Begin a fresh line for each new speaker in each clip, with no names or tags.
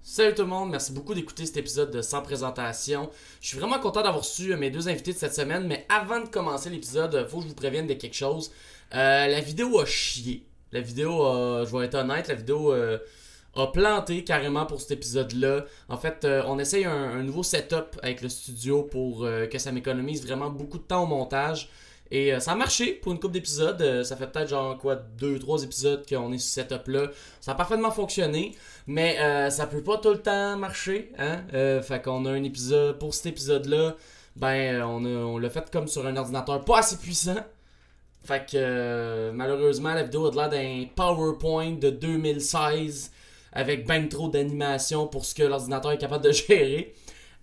Salut tout le monde, merci beaucoup d'écouter cet épisode de Sans présentation. Je suis vraiment content d'avoir reçu euh, mes deux invités de cette semaine, mais avant de commencer l'épisode, euh, faut que je vous prévienne de quelque chose. Euh, la vidéo a chié. La vidéo, a- je vais être honnête, la vidéo euh, a planté carrément pour cet épisode-là. En fait, euh, on essaye un, un nouveau setup avec le studio pour euh, que ça m'économise vraiment beaucoup de temps au montage. Et euh, ça a marché pour une coupe d'épisodes. Euh, ça fait peut-être genre quoi, deux, trois épisodes qu'on est sur ce setup-là. Ça a parfaitement fonctionné. Mais euh, ça peut pas tout le temps marcher, hein? Euh, fait qu'on a un épisode pour cet épisode-là, ben euh, on a- on l'a fait comme sur un ordinateur pas assez puissant. Fait que euh, malheureusement la vidéo a de l'air d'un PowerPoint de 2016 avec ben trop d'animation pour ce que l'ordinateur est capable de gérer.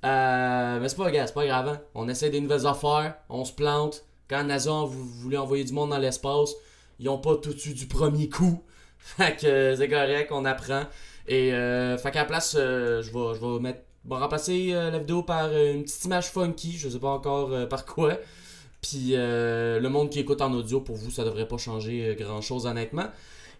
Euh, mais c'est pas grave, c'est pas grave. hein. On essaie des nouvelles affaires, on se plante. Quand NASA vous voulez envoyer du monde dans l'espace, ils ont pas tout eu du premier coup. Fait que euh, c'est correct, on apprend. Et euh, fait qu'à la place, euh, je vais, je vais mettre, je vais remplacer euh, la vidéo par euh, une petite image funky, je sais pas encore euh, par quoi. Puis euh, le monde qui écoute en audio, pour vous, ça devrait pas changer grand chose honnêtement.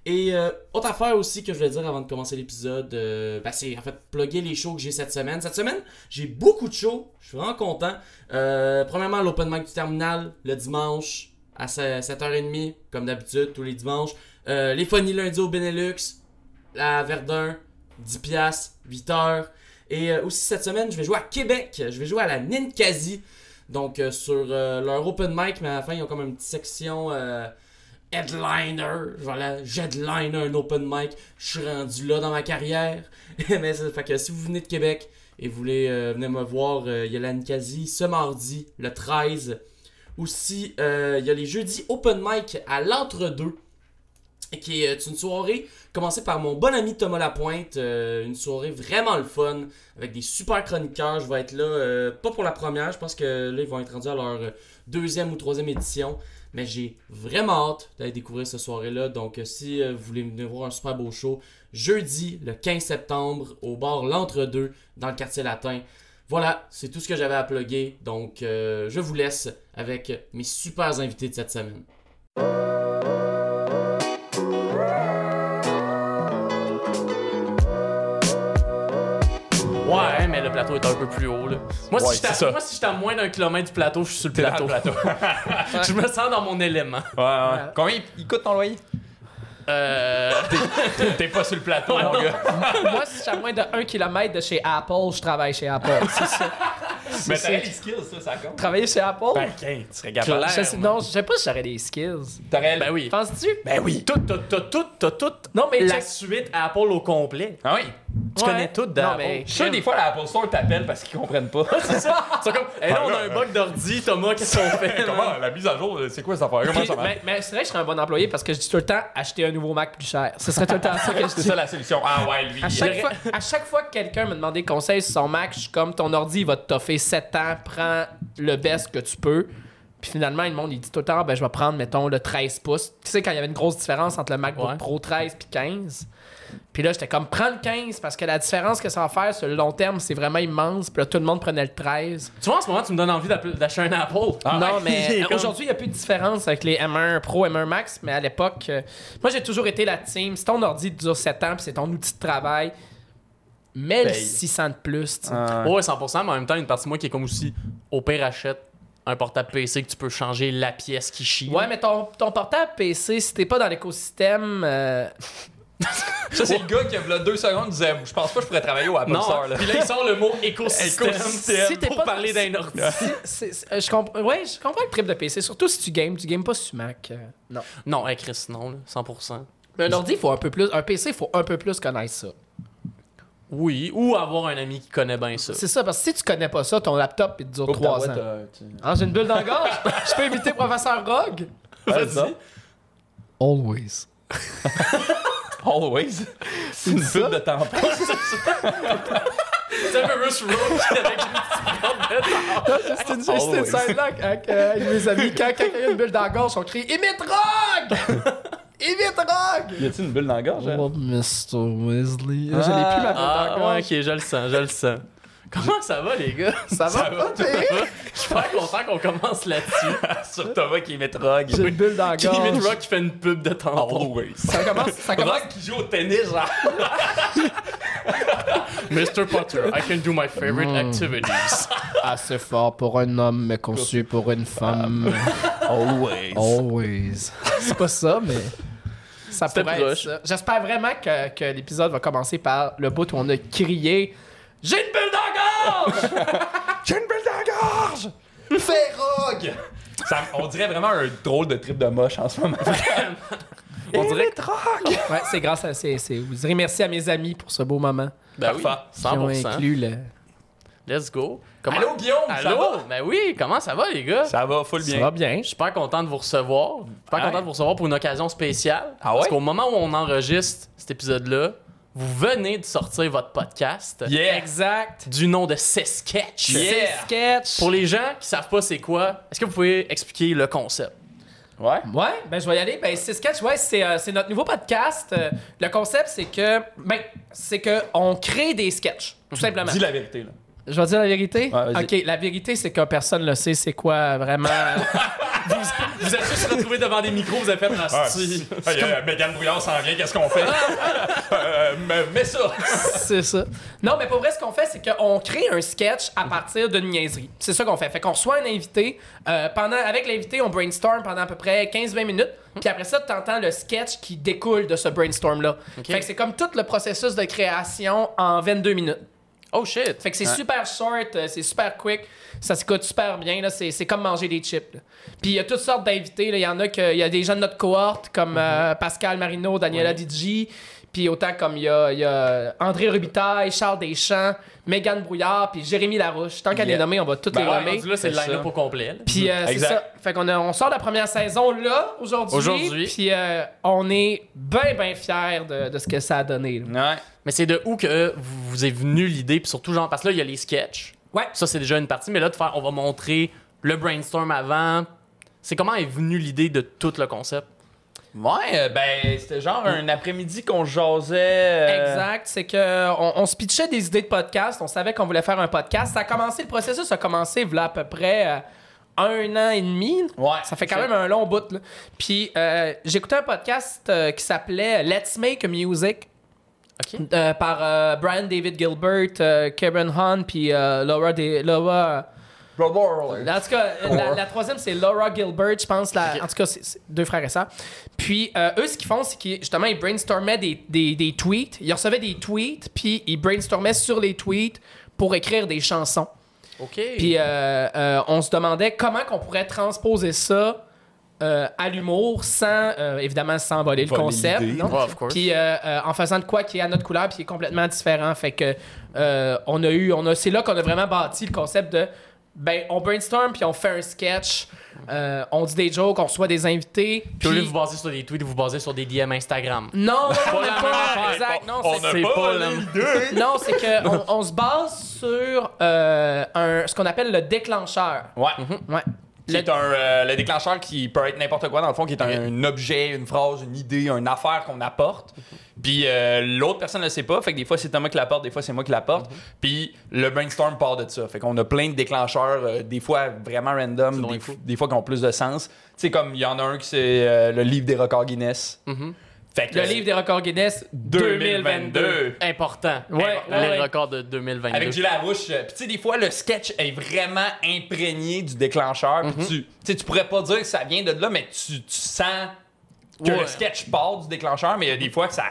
Et euh, autre affaire aussi que je voulais dire avant de commencer l'épisode, euh, bah, c'est en fait plugger les shows que j'ai cette semaine. Cette semaine, j'ai beaucoup de shows, je suis vraiment content. Euh, premièrement, l'open mic du terminal le dimanche à 7h30, comme d'habitude, tous les dimanches. Euh, les funny lundi au Benelux, à Verdun, 10 piastres, 8 heures. Et euh, aussi cette semaine, je vais jouer à Québec. Je vais jouer à la Ninkasi. Donc euh, sur euh, leur open mic, mais à la fin, ils ont comme une petite section euh, headliner. Voilà, j'headliner un open mic. Je suis rendu là dans ma carrière. mais ça fait que si vous venez de Québec et vous voulez euh, venir me voir, euh, il y a la Ninkasi ce mardi, le 13. Aussi, euh, il y a les jeudis open mic à l'entre-deux, qui est une soirée commencer par mon bon ami Thomas Lapointe. euh, une soirée vraiment le fun avec des super chroniqueurs. Je vais être là, euh, pas pour la première, je pense que là ils vont être rendus à leur euh, deuxième ou troisième édition. Mais j'ai vraiment hâte d'aller découvrir cette soirée-là. Donc euh, si euh, vous voulez venir voir un super beau show, jeudi le 15 septembre au bar L'Entre-deux dans le quartier latin. Voilà, c'est tout ce que j'avais à plugger. Donc euh, je vous laisse avec mes super invités de cette semaine. Ouais, hein, mais le plateau est un peu plus haut. Là. Moi,
Ouais,
si j'étais
c'est ça.
moi, si j'étais à moins d'un kilomètre du plateau, je suis sur le
dans
plateau.
le
je me sens dans mon élément.
Ouais, ouais. Combien il, il coûte ton loyer?
Euh...
T'es pas sur le plateau, mon gars.
Moi, si je suis à moins de 1 km de chez Apple, je travaille chez Apple. C'est ça.
Mais
c'est-
Ben, t'as Ben, les skills, ça, ça compte.
Travailler chez Apple?
tu serais
capable.
Je sais- non, je sais pas si j'aurais des skills.
T'aurais
Ben oui.
Penses-tu?
Ben oui.
Tout, tout, tout, tout, tout, tout.
Non, mais
La
check-
suite à Apple au complet.
Ah oui.
Tu
Ouais.
connais tout
Non,
d'Apple.
mais-
Je suis sûr, des fois, la Apple Store t'appelle parce qu'ils comprennent pas.
C'est comme, hey, là, on a un bug d'ordi, Thomas, qu'est-ce qu'on fait? là?
Ben, Comment la mise à jour, euh, c'est quoi ça affaire? Comment
Puis-
ça marche?
mais, mais c'est vrai que je serais un bon employé parce que je dis tout le temps acheter un nouveau Mac plus cher. Ce serait tout le temps ça que je
C'est
dis.
ça la solution. Ah ouais, lui.
À chaque, fois, à chaque fois que quelqu'un me demande des conseils sur son Mac, je suis comme ton ordi, il va te toffer 7 ans, prends le best que tu peux. Puis finalement, le monde, il dit tout le temps, Ah, ben, je vais prendre, mettons, le 13 pouces. Tu sais, quand il y avait une grosse différence entre le MacBook
Ouais.
Pro 13 puis 15. Puis là, j'étais comme, prends le 15 parce que la différence que ça va faire sur le long terme, c'est vraiment immense. Puis là, tout le monde prenait le 13.
Tu vois, en ce moment, tu me donnes envie d'app- d'acheter un Apple.
Ah,
non,
Ah, Il est
mais euh,
comme-
aujourd'hui, il n'y a plus de différence avec les M1 Pro, M1 Max, mais à l'époque, euh, moi, j'ai toujours été la team. Si ton ordi dure 7 ans, puis c'est ton outil de travail, mets le
Paye.
600 de plus. tu sais.
Ah.
Ouais, 100%, mais en même temps, une partie de moi qui est comme aussi, au pire, achète un portable PC que tu peux changer la pièce qui chie.
Ouais, mais ton, ton portable PC, si t'es pas dans l'écosystème, euh,
Ça, c'est le gars qui, il y a deux secondes, disait Je pense pas que je pourrais travailler au Apple
Non,
Store. Là.
puis là, il sort le mot écosystème,
Écosystème.
Si t'es
pour
pas-
parler d'un ordi.
c'est- c'est- euh, je comprends. Ouais, je comprends le trip de PC, surtout si tu games, tu games pas sur Mac. euh, non.
non, hey, Chris, non, là, 100%.
Mais un ordi, il faut un peu plus. Un PC, il faut un peu plus connaître ça.
Oui, ou avoir un ami qui connaît bien ça.
C'est ça, parce que si tu connais pas ça, ton laptop, il te dure 3
euh.
ans. Hein, j'ai une bulle dans le gorge. je peux imiter Professeur Rogue.
Vas-y.
Always.
Always. C'est une pub de tampon.
C'est un peu Russ Roach avec une petite bande de
C'est une, c'est une scène là avec, euh, avec mes amis. Quand quand quelqu'un a une bulle dans la gorge, on crie Imite Rogue Imite Rogue
Y a-t-il une bulle dans la gorge? hein?
Mr. Wesley.
Ah.
je l'ai plus ma bulle dans la
Ah, ouais,
gorge.
ok, je le sens, je le sens.
Comment ça va, les gars?
Ça va pas, t'es?
Je suis pas content qu'on commence là-dessus.
Sur Thomas qui met Rock.
J'ai une bulle dans la gorge.
Jimmy Rock qui fait une pub de tampon.
Always.
Ça commence, ça commence.
Rock qui joue au tennis, genre.
Mr. Potter, I can do my favorite activities.
Assez fort pour un homme, mais conçu pour une femme.
Always.
ben. Always. C'est pas ça, mais. Ça
C'était
pourrait être
proche.
ça. J'espère vraiment que, que l'épisode va commencer par le bout où on a crié J'ai une bulle dans la gorge!
J'ai une belle gorge! Fais Rock! Ça, on dirait vraiment un drôle de trip de moche en ce moment.
On dirait
que Rock!
Ouais, c'est grâce à. c'est- c'est- vous direz merci à mes amis pour ce beau moment.
Ben oui,
Parfait.
Qui ont
100%.
inclus le.
Let's go. Comment...
Allô, Guillaume! Ça
Allô?
va?
Ben oui, comment ça va, les gars?
Ça va, full
Ça
bien.
va bien.
Je suis pas content de vous recevoir. Je suis pas
Ouais.
content de vous recevoir pour une occasion spéciale.
Ah ouais?
Parce qu'au moment où on enregistre cet épisode-là, vous venez de sortir votre podcast
Yeah!
Exact.
du nom de C'est Sketch.
Yeah!
C'est sketch.
Pour les gens qui savent pas c'est quoi, est-ce que vous pouvez expliquer le concept?
Ouais?
Ouais, ben je vais y aller. Ben c'est sketch, ouais, c'est euh, c'est notre nouveau podcast. Euh, le concept, c'est que, ben, c'est que on crée des sketchs, tout simplement.
Dis la vérité, là.
Je vais dire la vérité.
Ouais, vas-y.
ok, la vérité, c'est que personne le sait. C'est quoi vraiment
Vous êtes juste retrouvés devant des micros, vous avez fait
Ah,
un
Si. Hey, euh, Mégane Brouillard s'en vient, qu'est-ce qu'on fait? euh, mais- mais ça!
C'est ça. Non, mais pour vrai, ce qu'on fait, c'est qu'on crée un sketch à partir d'une niaiserie. C'est ça qu'on fait. Fait qu'on reçoit un invité. euh, pendant, avec l'invité, on brainstorm pendant à peu près 15-20 minutes. Puis après ça, t'entends le sketch qui découle de ce brainstorm-là. Fait que c'est comme tout le processus de création en 22 minutes.
Oh shit!
Fait que c'est super short, euh, c'est super quick, ça se coûte super bien, là, c'est, c'est comme manger des chips. là. Puis il y a toutes sortes d'invités, là, il y en a que, il y a des gens de notre cohorte comme
Mm-hmm.
euh, Pascal Marino, Daniela Didji, puis autant comme il y a, il y a André Rubitaille, Charles Deschamps, Mégane Brouillard, puis Jérémy Larouche. Tant qu'elle
Yeah.
est nommée, on va toutes
Ben
les
Ouais,
nommer.
rendu là, c'est le
C'est
line-up
ça.
au complet. là.
Puis euh, c'est
Exact.
ça. Fait qu'on a- on sort la première saison là, aujourd'hui.
Aujourd'hui.
Puis euh, on est bien, bien fiers de, de ce que ça a donné. là.
Ouais.
Mais c'est de où que vous vous est venue l'idée, puis surtout, genre, parce que là, il y a les sketchs.
Ouais.
Ça, c'est déjà une partie, mais là, de faire, on va montrer le brainstorm avant. C'est comment est venue l'idée de tout le concept?
Ouais, euh, ben, c'était genre un après-midi qu'on jasait. euh,
Exact, c'est que on, on se pitchait des idées de podcast, on savait qu'on voulait faire un podcast. Ça a commencé, le processus a commencé voilà à peu près euh, un an et demi.
Ouais.
Ça fait quand même un long bout. là. Puis euh, j'écoutais un podcast euh, qui s'appelait Let's Make a Music.
OK.
euh, par euh, Brian David Gilbert, euh, Karen Hahn, puis euh, Laura, De- Laura
Brother.
en tout cas, euh, la, la troisième, c'est Laura Gilbert, je pense. la- En tout cas, c'est c'est deux frères et sœurs. Puis, euh, eux, ce qu'ils font, c'est qu'ils, justement, ils brainstormaient des, des- des tweets. Ils recevaient des tweets, puis ils brainstormaient sur les tweets pour écrire des chansons.
OK.
Puis, euh, euh, on se demandait comment qu'on pourrait transposer ça euh, à l'humour sans, euh, évidemment, sans voler le
Voler
concept.
l'idée.
non?
Ouais, of course.
Puis euh, euh, en faisant de quoi qui est à notre couleur puis qui est complètement différent. Fait que euh, on a eu, on a, c'est là qu'on a vraiment bâti le concept de ben on brainstorm puis on fait un sketch, euh, on dit des jokes, on reçoit des invités.
Puis au lieu de
Puis
vous baser sur des tweets, vous basez sur des DM Instagram.
non, non, non,
la
non,
même
pas-
affaire.
exact, non,
On
c'est-
a
c'est
pas,
pas
volé
la-
l'idée.
non, c'est que on, on se base sur euh, un, ce qu'on appelle le déclencheur.
Ouais.
Ouais.
Qui est un, euh, le déclencheur qui peut être n'importe quoi, dans le fond, qui est un, un objet, une phrase, une idée, une affaire qu'on apporte. Puis euh, l'autre personne ne le sait pas, fait que des fois c'est Thomas qui l'apporte, des fois c'est moi qui l'apporte. Puis le brainstorm part de ça. Fait qu'on a plein de déclencheurs, euh, des fois vraiment
C'est
random,
donc
des,
fou.
des fois qui ont plus de sens. Tu sais, comme il y en a un qui c'est euh, le livre des records Guinness. Fait
Euh,
que
Le livre des records Guinness 2022.
2022.
Important.
Ouais,
Les
ouais.
records de 2022.
Avec Gilles Larouche. euh, Puis tu sais, des fois, le sketch est vraiment imprégné du déclencheur. Puis
Mm-hmm.
tu- tu sais, tu pourrais pas dire que ça vient de là, mais tu, tu sens que
Ouais.
le sketch part du déclencheur, mais il y a des fois que ça,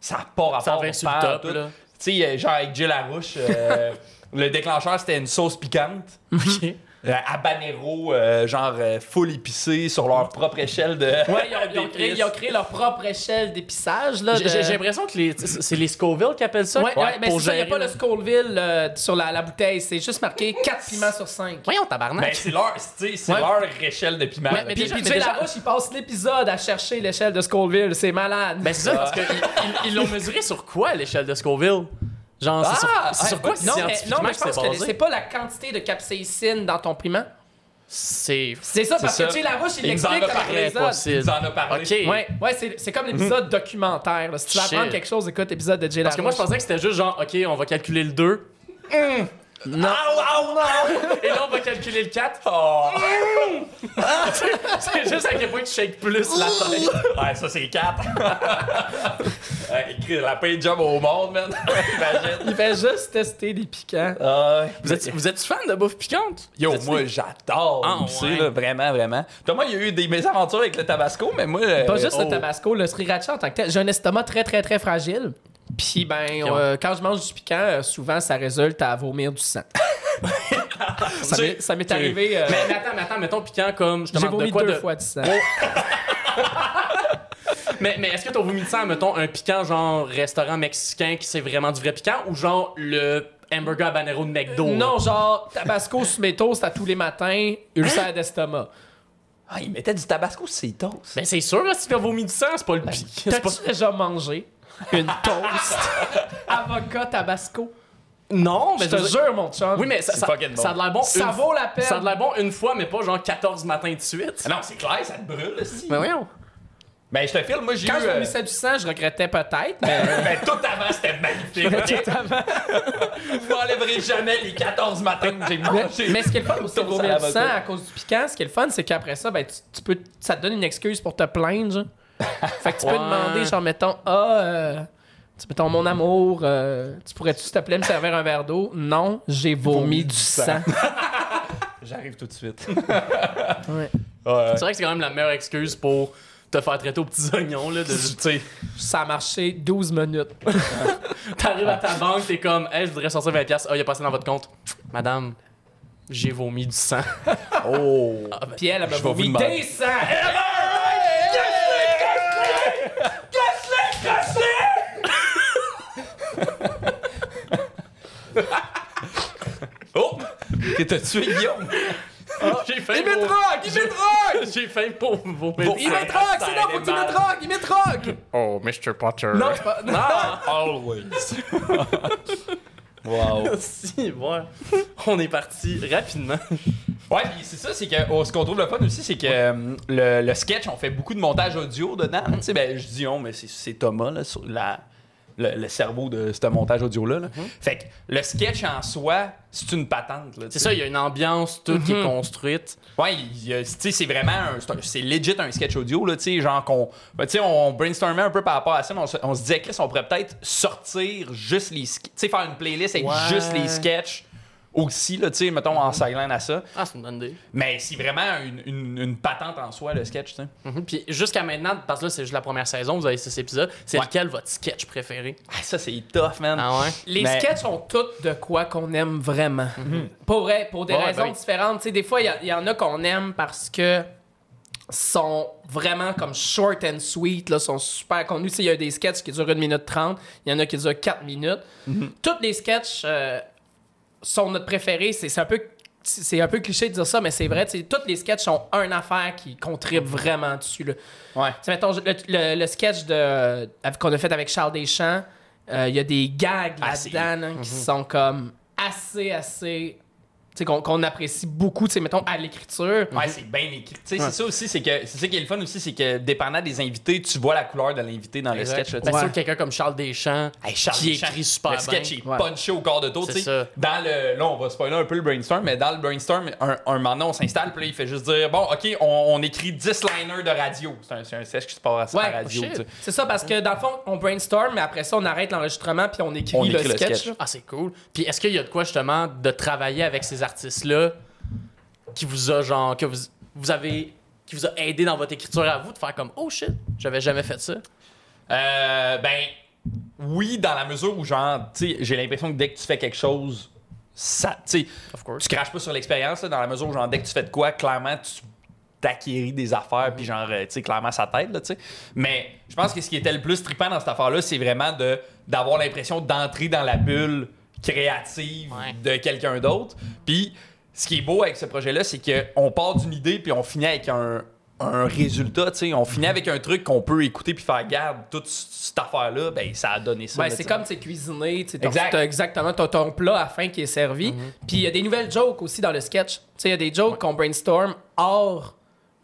ça part à
Ça
part.
vient sur le
part,
top,
tout.
là.
Tu sais, euh, genre avec Gilles Larouche, euh, le déclencheur, c'était une sauce piquante.
OK.
Euh, habanero, euh, genre euh, full épicé sur leur propre échelle de.
Ouais, ils ont, ils ont
des
créé,
Chris.
ils ont créé leur propre échelle d'épissage. là,
J'ai- J'ai
de-
j'ai l'impression que les- c'est les Scoville qui appellent ça.
Ouais, ouais, mais
pour
c'est ça, il n'y a
gérer
pas
le-
le Scoville euh, sur la, la bouteille. C'est juste marqué 4 piments sur 5.
Voyons,
Ben,
tabarnak.
c'est leur, tu sais, c'est
Ouais.
leur échelle de piment.
Ouais, mais
là.
Puis,
déjà-
puis Jay
déjà-
Larouche, il passe l'épisode à chercher l'échelle de Scoville. C'est malade.
Ben, c'est ça, parce qu'ils ils l'ont mesuré sur quoi, à l'échelle de Scoville? Genre, c'est sur,
Ah,
c'est
ouais,
sur quoi
ouais.
non, mais,
scientifiquement
non, mais
que
je
c'est
pense que c'est
basé?
pas la quantité de capsaïcine dans ton piment.
C'est...
C'est ça, parce
ça.
que Jay Larouche, il
Il nous en
l'explique
a
dans
parlé,
l'épisode.
impossible.
Ils en ont parlé.
OK.
Ouais, ouais c'est, c'est comme l'épisode documentaire. là. Si tu veux
Shit.
apprendre quelque chose, écoute l'épisode de Jay
Parce que moi,
Larouche.
je pensais que c'était juste genre, OK, on va calculer le 2.
Non.
Oh non!
Et là, on va calculer le 4.
Oh.
C'est juste à quel point tu shakes plus la tête.
Ouais, ça c'est 4. Écrire la paix de job au monde, man. Imagine.
Il fait juste tester des piquants.
Vous êtes, vous êtes fan de bouffe piquante?
Yo,
Vous êtes-
moi j'adore
Ah,
épicé,
ouais.
là, vraiment, vraiment. Thomas, il y a eu des mésaventures avec le tabasco, mais moi. euh,
Pas juste
oh.
le tabasco, le sriracha en tant que tel. J'ai un estomac très, très, très fragile. Puis, ben, euh, quand je mange du piquant, euh, souvent, ça résulte à vomir du sang. ça m'est- ça m'est arrivé. euh,
Mais, mais attends, mais attends, mettons piquant comme. Je te
J'ai
demande de
vomi
quoi
deux
de.
fois du sang.
Mais, mais est-ce que t'as vomi de sang, mettons, un piquant genre restaurant mexicain qui c'est vraiment du vrai piquant ou genre le hamburger habanero de McDo?
Non,
là?
genre, tabasco sous mes toasts à tous les matins,
Hein?
ulcère d'estomac.
Ah, il mettait du tabasco sur ses toasts.
Ben c'est sûr, là, si t'as vomi de sang, c'est pas le piquant.
T'as-tu déjà mangé une toast avocat tabasco?
Non, mais
Je te
veux dire-
jure, mon chum.
Oui, mais ça,
C'est
ça,
fucking bon.
ça a de l'air bon.
Ça
une-
vaut la peine.
Ça a de l'air bon une fois, mais pas genre 14 matins de suite.
Ah Non, c'est clair, ça te brûle aussi.
Mais voyons.
Ben, je te filme, moi j'ai eu.
Quand je
euh,
vomissais du sang, je regrettais peut-être, mais...
ben, tout avant, c'était magnifique. tout avant. Vous m'enlèverez jamais les 14 matins que j'ai
Mais,
mangé.
mais ce qui est le fun aussi de
Toast à
vomir du sang
l'avocat.
à cause du piquant, ce qui est le fun, c'est qu'après ça, ben, tu, tu peux, ça te donne une excuse pour te plaindre. genre. fait que tu peux
Ouais.
demander, genre, mettons, ah, euh, tu- mettons, mon amour, euh, tu pourrais-tu, s'il te plaît, me servir un verre d'eau? Non, j'ai vomi du sang.
J'arrive tout de suite.
Ouais.
Ouais.
C'est vrai que c'est quand même la meilleure excuse pour te faire traiter aux petits oignons, là, de juste, tu sais,
Ça a marché 12 minutes.
T'arrives à ta banque, t'es comme, hey, je voudrais sortir 20$. piastres. Ah, il a passé dans votre compte. Madame, j'ai vomi du sang.
Oh.
Puis elle, elle m'a
Je vais vous
vomi
demander.
des sangs.
Oh! T'as tué Guillaume!
j'ai faim. pour-
Il m'étrogue!
J'ai faim pour vomir.
Bon,
du
Il
sang.
m'étrogue! C'est là, faut que tu m'étrogues! Il m'étrogue!
Oh, Mr. Potter.
Non, c'est pas... Non!
Always! wow!
Si, ouais. On est parti rapidement.
Ouais, puis c'est ça, c'est que oh, ce qu'on trouve le fun aussi, c'est que euh, le, le sketch, on fait beaucoup de montage audio dedans. hein. Tu sais, ben, je dis on, mais c'est- c'est Thomas, là, sur la, le, le cerveau de ce montage audio-là.
Mhm.
là. Fait que le sketch en soi, c'est une patente. là, tu
C'est
sais.
ça, il y a une ambiance toute qui est construite.
Ouais, il y a- tu sais, c'est vraiment un- c'est un- c'est legit un sketch audio là, tu sais, genre qu'on ben, tu sais, on brainstormait un peu par rapport à ça, mais on se, on se disait Chris, on pourrait peut-être sortir juste les ske- tu sais faire une playlist avec
Ouais.
juste les sketchs aussi là, tu sais, mettons en sideline à ça.
Ah, c'est une bonne idée.
Mais c'est vraiment une, une- une patente en soi le sketch, tu sais.
Mhm. Puis jusqu'à maintenant, parce que là, c'est juste la première saison, vous avez six épisodes, c'est
Ouais.
lequel votre sketch préféré?
Ah, ça c'est tough, man.
Ah ouais?
Les
Mais-
sketchs ont toutes de quoi qu'on aime vraiment. Pour vrai, pour des
Mhm. Ouais,
raisons
ben oui.
différentes. Tu sais, des fois, il y, en a qu'on aime parce que sont vraiment comme short and sweet, là, sont super contenus. Tu sais, Il y a des sketchs qui durent 1 minute 30, il y en a qui durent 4 minutes.
Mhm.
Toutes les sketchs euh, sont notre préféré. C'est c'est un peu c'est un peu cliché de dire ça, mais c'est vrai. Tu sais, Toutes les sketchs ont une affaire qui contribuent vraiment dessus. Là.
Ouais.
Tu sais, mettons, le, le- le sketch de, euh, qu'on a fait avec Charles Deschamps, euh, il y a des gags
Ah, c'est-
là-dedans là, qui sont comme assez, assez. Tu sais, qu'on, qu'on apprécie beaucoup, tu sais, mettons, à l'écriture.
Ouais, c'est bien écrit. Tu sais, c'est ça aussi, c'est que c'est ça qui est le fun aussi, c'est que dépendant des invités, tu vois la couleur de l'invité dans le sketch. là, tu sais.
Parce que quelqu'un comme Charles Deschamps
Hey, Charles
qui
Deschamps,
écrit super
le
bien.
sketch est
Ouais.
punché au corps de tour,
C'est
tu sais.
ça.
Dans le, là, on va spoiler un peu le brainstorm, mais dans le brainstorm, un, un moment donné, on s'installe, puis là, il fait juste dire, bon, OK, on, on écrit 10 liners de radio. C'est un, c'est un sketch qui se passe à la radio,
oh shit.
tu sais.
c'est ça, parce que dans le fond, on brainstorm, mais après ça, on arrête l'enregistrement puis on écrit,
On
le,
écrit le
sketch.
sketch.
là.
Ah, c'est cool. Puis est-ce qu'il y a de quoi justement de travailler avec ces artistes-là qui vous a genre que vous, vous avez qui vous a aidé dans votre écriture à vous de faire comme oh shit, j'avais jamais fait ça.
Euh, ben, oui, dans la mesure où, genre, tu sais, j'ai l'impression que dès que tu fais quelque chose, ça, tu sais,
Of course.
tu craches pas sur l'expérience, là, dans la mesure où, genre, dès que tu fais de quoi, clairement, tu t'acquéris des affaires, puis genre, euh, tu sais, clairement, ça t'aide, là, tu sais. Mais je pense que ce qui était le plus trippant dans cette affaire-là, c'est vraiment de, d'avoir l'impression d'entrer dans la bulle créative
Ouais.
de quelqu'un d'autre. Puis, ce qui est beau avec ce projet-là, c'est qu'on part d'une idée, puis on finit avec un, un résultat, tu sais. On finit avec un truc qu'on peut écouter, puis faire garde, toute c- cette affaire-là, ben, ça a donné ça.
Ouais,
là,
c'est
tu sais.
comme c'est cuisiné, tu sais, t'as-
Exact. Mm-hmm.
t'as exactement t'as ton plat à fin qui est servi. Puis il y a des nouvelles jokes aussi dans le sketch. Tu sais, il y a des jokes qu'on brainstorm hors.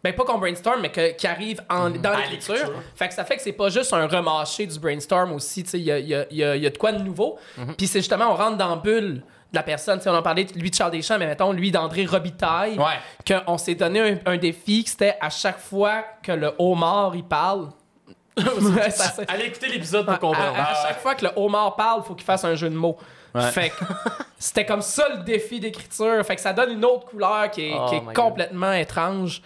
Ben, pas qu'on brainstorm, mais que- qui arrivent en, dans
Mm-hmm. À
l'écriture.
l'écriture.
Fait que ça fait que c'est pas juste un
Mm-hmm.
remâché du brainstorm aussi. Tu sais, il y a, il y a- il y a- il y a de quoi de nouveau. Puis c'est justement, on rentre dans la bulle de la personne. Tu sais, on en parlait, lui de Charles Deschamps, mais mettons, lui d'André Robitaille.
Ouais.
Qu'on s'est donné un, un défi, que c'était à chaque fois que le homard, il parle. Ouais, ça, c'est-
Allez écouter l'épisode
à,
pour comprendre.
à- à chaque fois que le homard parle, faut qu'il fasse un jeu de mots.
Ouais.
Fait que c'était comme ça le défi d'écriture. Fait que ça donne une autre couleur qui est,
Oh
qui
my
est
God.
complètement étrange.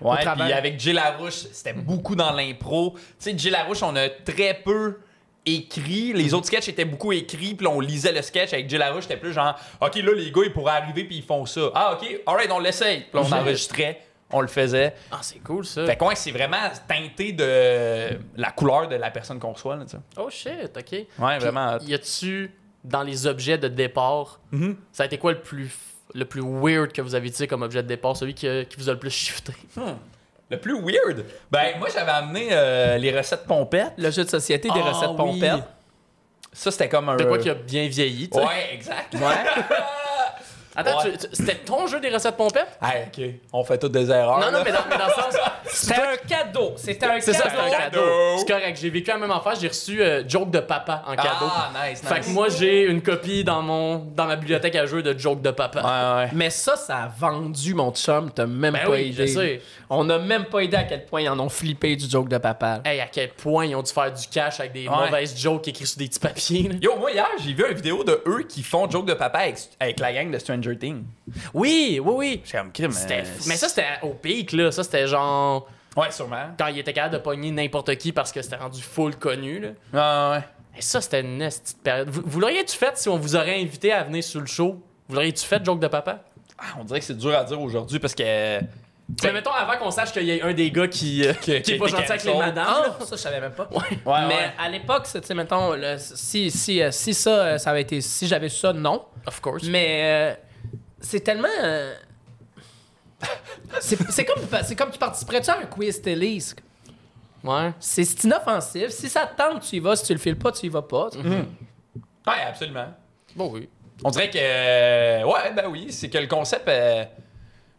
Ouais,
travail.
puis avec Jay Larouche, c'était
Mm-hmm.
beaucoup dans l'impro. Tu sais, Jay Larouche, on a très peu écrit.
Mm-hmm.
Les autres sketchs étaient beaucoup écrits, puis là, on lisait le sketch. Avec Jay Larouche, c'était plus genre, OK, là, les gars, ils pourraient arriver, puis ils font ça. Ah, OK, alright, on l'essaye. Puis là,
Mm-hmm.
on enregistrait, on le faisait.
Ah, c'est cool ça.
Fait que ouais, c'est vraiment teinté de la couleur de la personne qu'on reçoit, là, tu sais.
Oh shit, ok.
Ouais, vraiment.
Y a-tu dans les objets de départ,
Mhm.
ça a été quoi le plus f- le plus weird que vous avez utilisé comme objet de départ, celui qui, a- qui vous a le plus shifté
Hmm. Le plus weird. Ben, moi, j'avais amené euh, les recettes pompettes.
Le jeu de société des
Ah,
recettes
oui.
pompettes.
Ça, c'était comme un.
De quoi qui a bien vieilli, tu sais.
Euh, Ouais, exact.
Attends,
Ouais.
tu- tu- c'était ton jeu des recettes pompettes
Hey, OK. On fait toutes des erreurs.
Non, non,
là.
mais dans, mais dans le sens.
C'était un cadeau. C'était un
C'est ça, c'est un
cadeau.
cadeau.
Cadeau.
C'est correct, j'ai vécu la même affaire, j'ai reçu euh, Joke de papa en cadeau.
Ah, nice,
fait que moi, j'ai une copie dans mon dans ma bibliothèque à jeux de Joke de papa.
Ouais, ouais.
Mais ça, ça a vendu, mon chum. T'as même
Ben
pas
oui, je
idée.
sais.
On n'a même pas idée à quel point ils en ont flippé du joke de papa.
Hey, à quel point ils ont dû faire du cash avec des
Ouais.
mauvaises jokes écrites sur des petits papiers. là.
Yo, moi, hier, j'ai vu une vidéo de eux qui font joke de papa avec, avec la gang de Stranger Things.
Oui, oui, oui.
J'ai comme crime.
C'était- Mais ça, c'était au pic, là. Ça, c'était genre
Ouais, sûrement.
quand il était capable de pogner n'importe qui parce que c'était rendu full connu, là.
Ouais, ouais, ouais.
Et ça, c'était une petite période. Vous, vous l'auriez-tu fait si on vous aurait invité à venir sur le show? Vous l'auriez-tu fait, joke de papa?
Ah, on dirait que c'est dur à dire aujourd'hui parce que. Ben,
Mais mettons, avant qu'on sache qu'il y ait un des gars qui, euh, qui,
qui
est pas
était
gentil avec les
cancel.
madames. là.
Oh! ça, je savais même pas.
Ah! Ouais,
Mais
ouais.
à l'époque, c'est, tu sais, mettons, le- si, si, euh, si ça, euh, ça avait été, si j'avais ça, non.
Of course.
Mais euh, c'est tellement. euh, c'est, c'est comme, c'est comme tu participerais-tu à un quiz télé. c'est-
Ouais.
C'est, c'est inoffensif. Si ça te tente, tu y vas. Si tu le files pas, tu y vas pas.
Ouais, absolument.
Bon, oui.
On dirait que. euh, Ouais, ben oui, c'est que le concept. euh,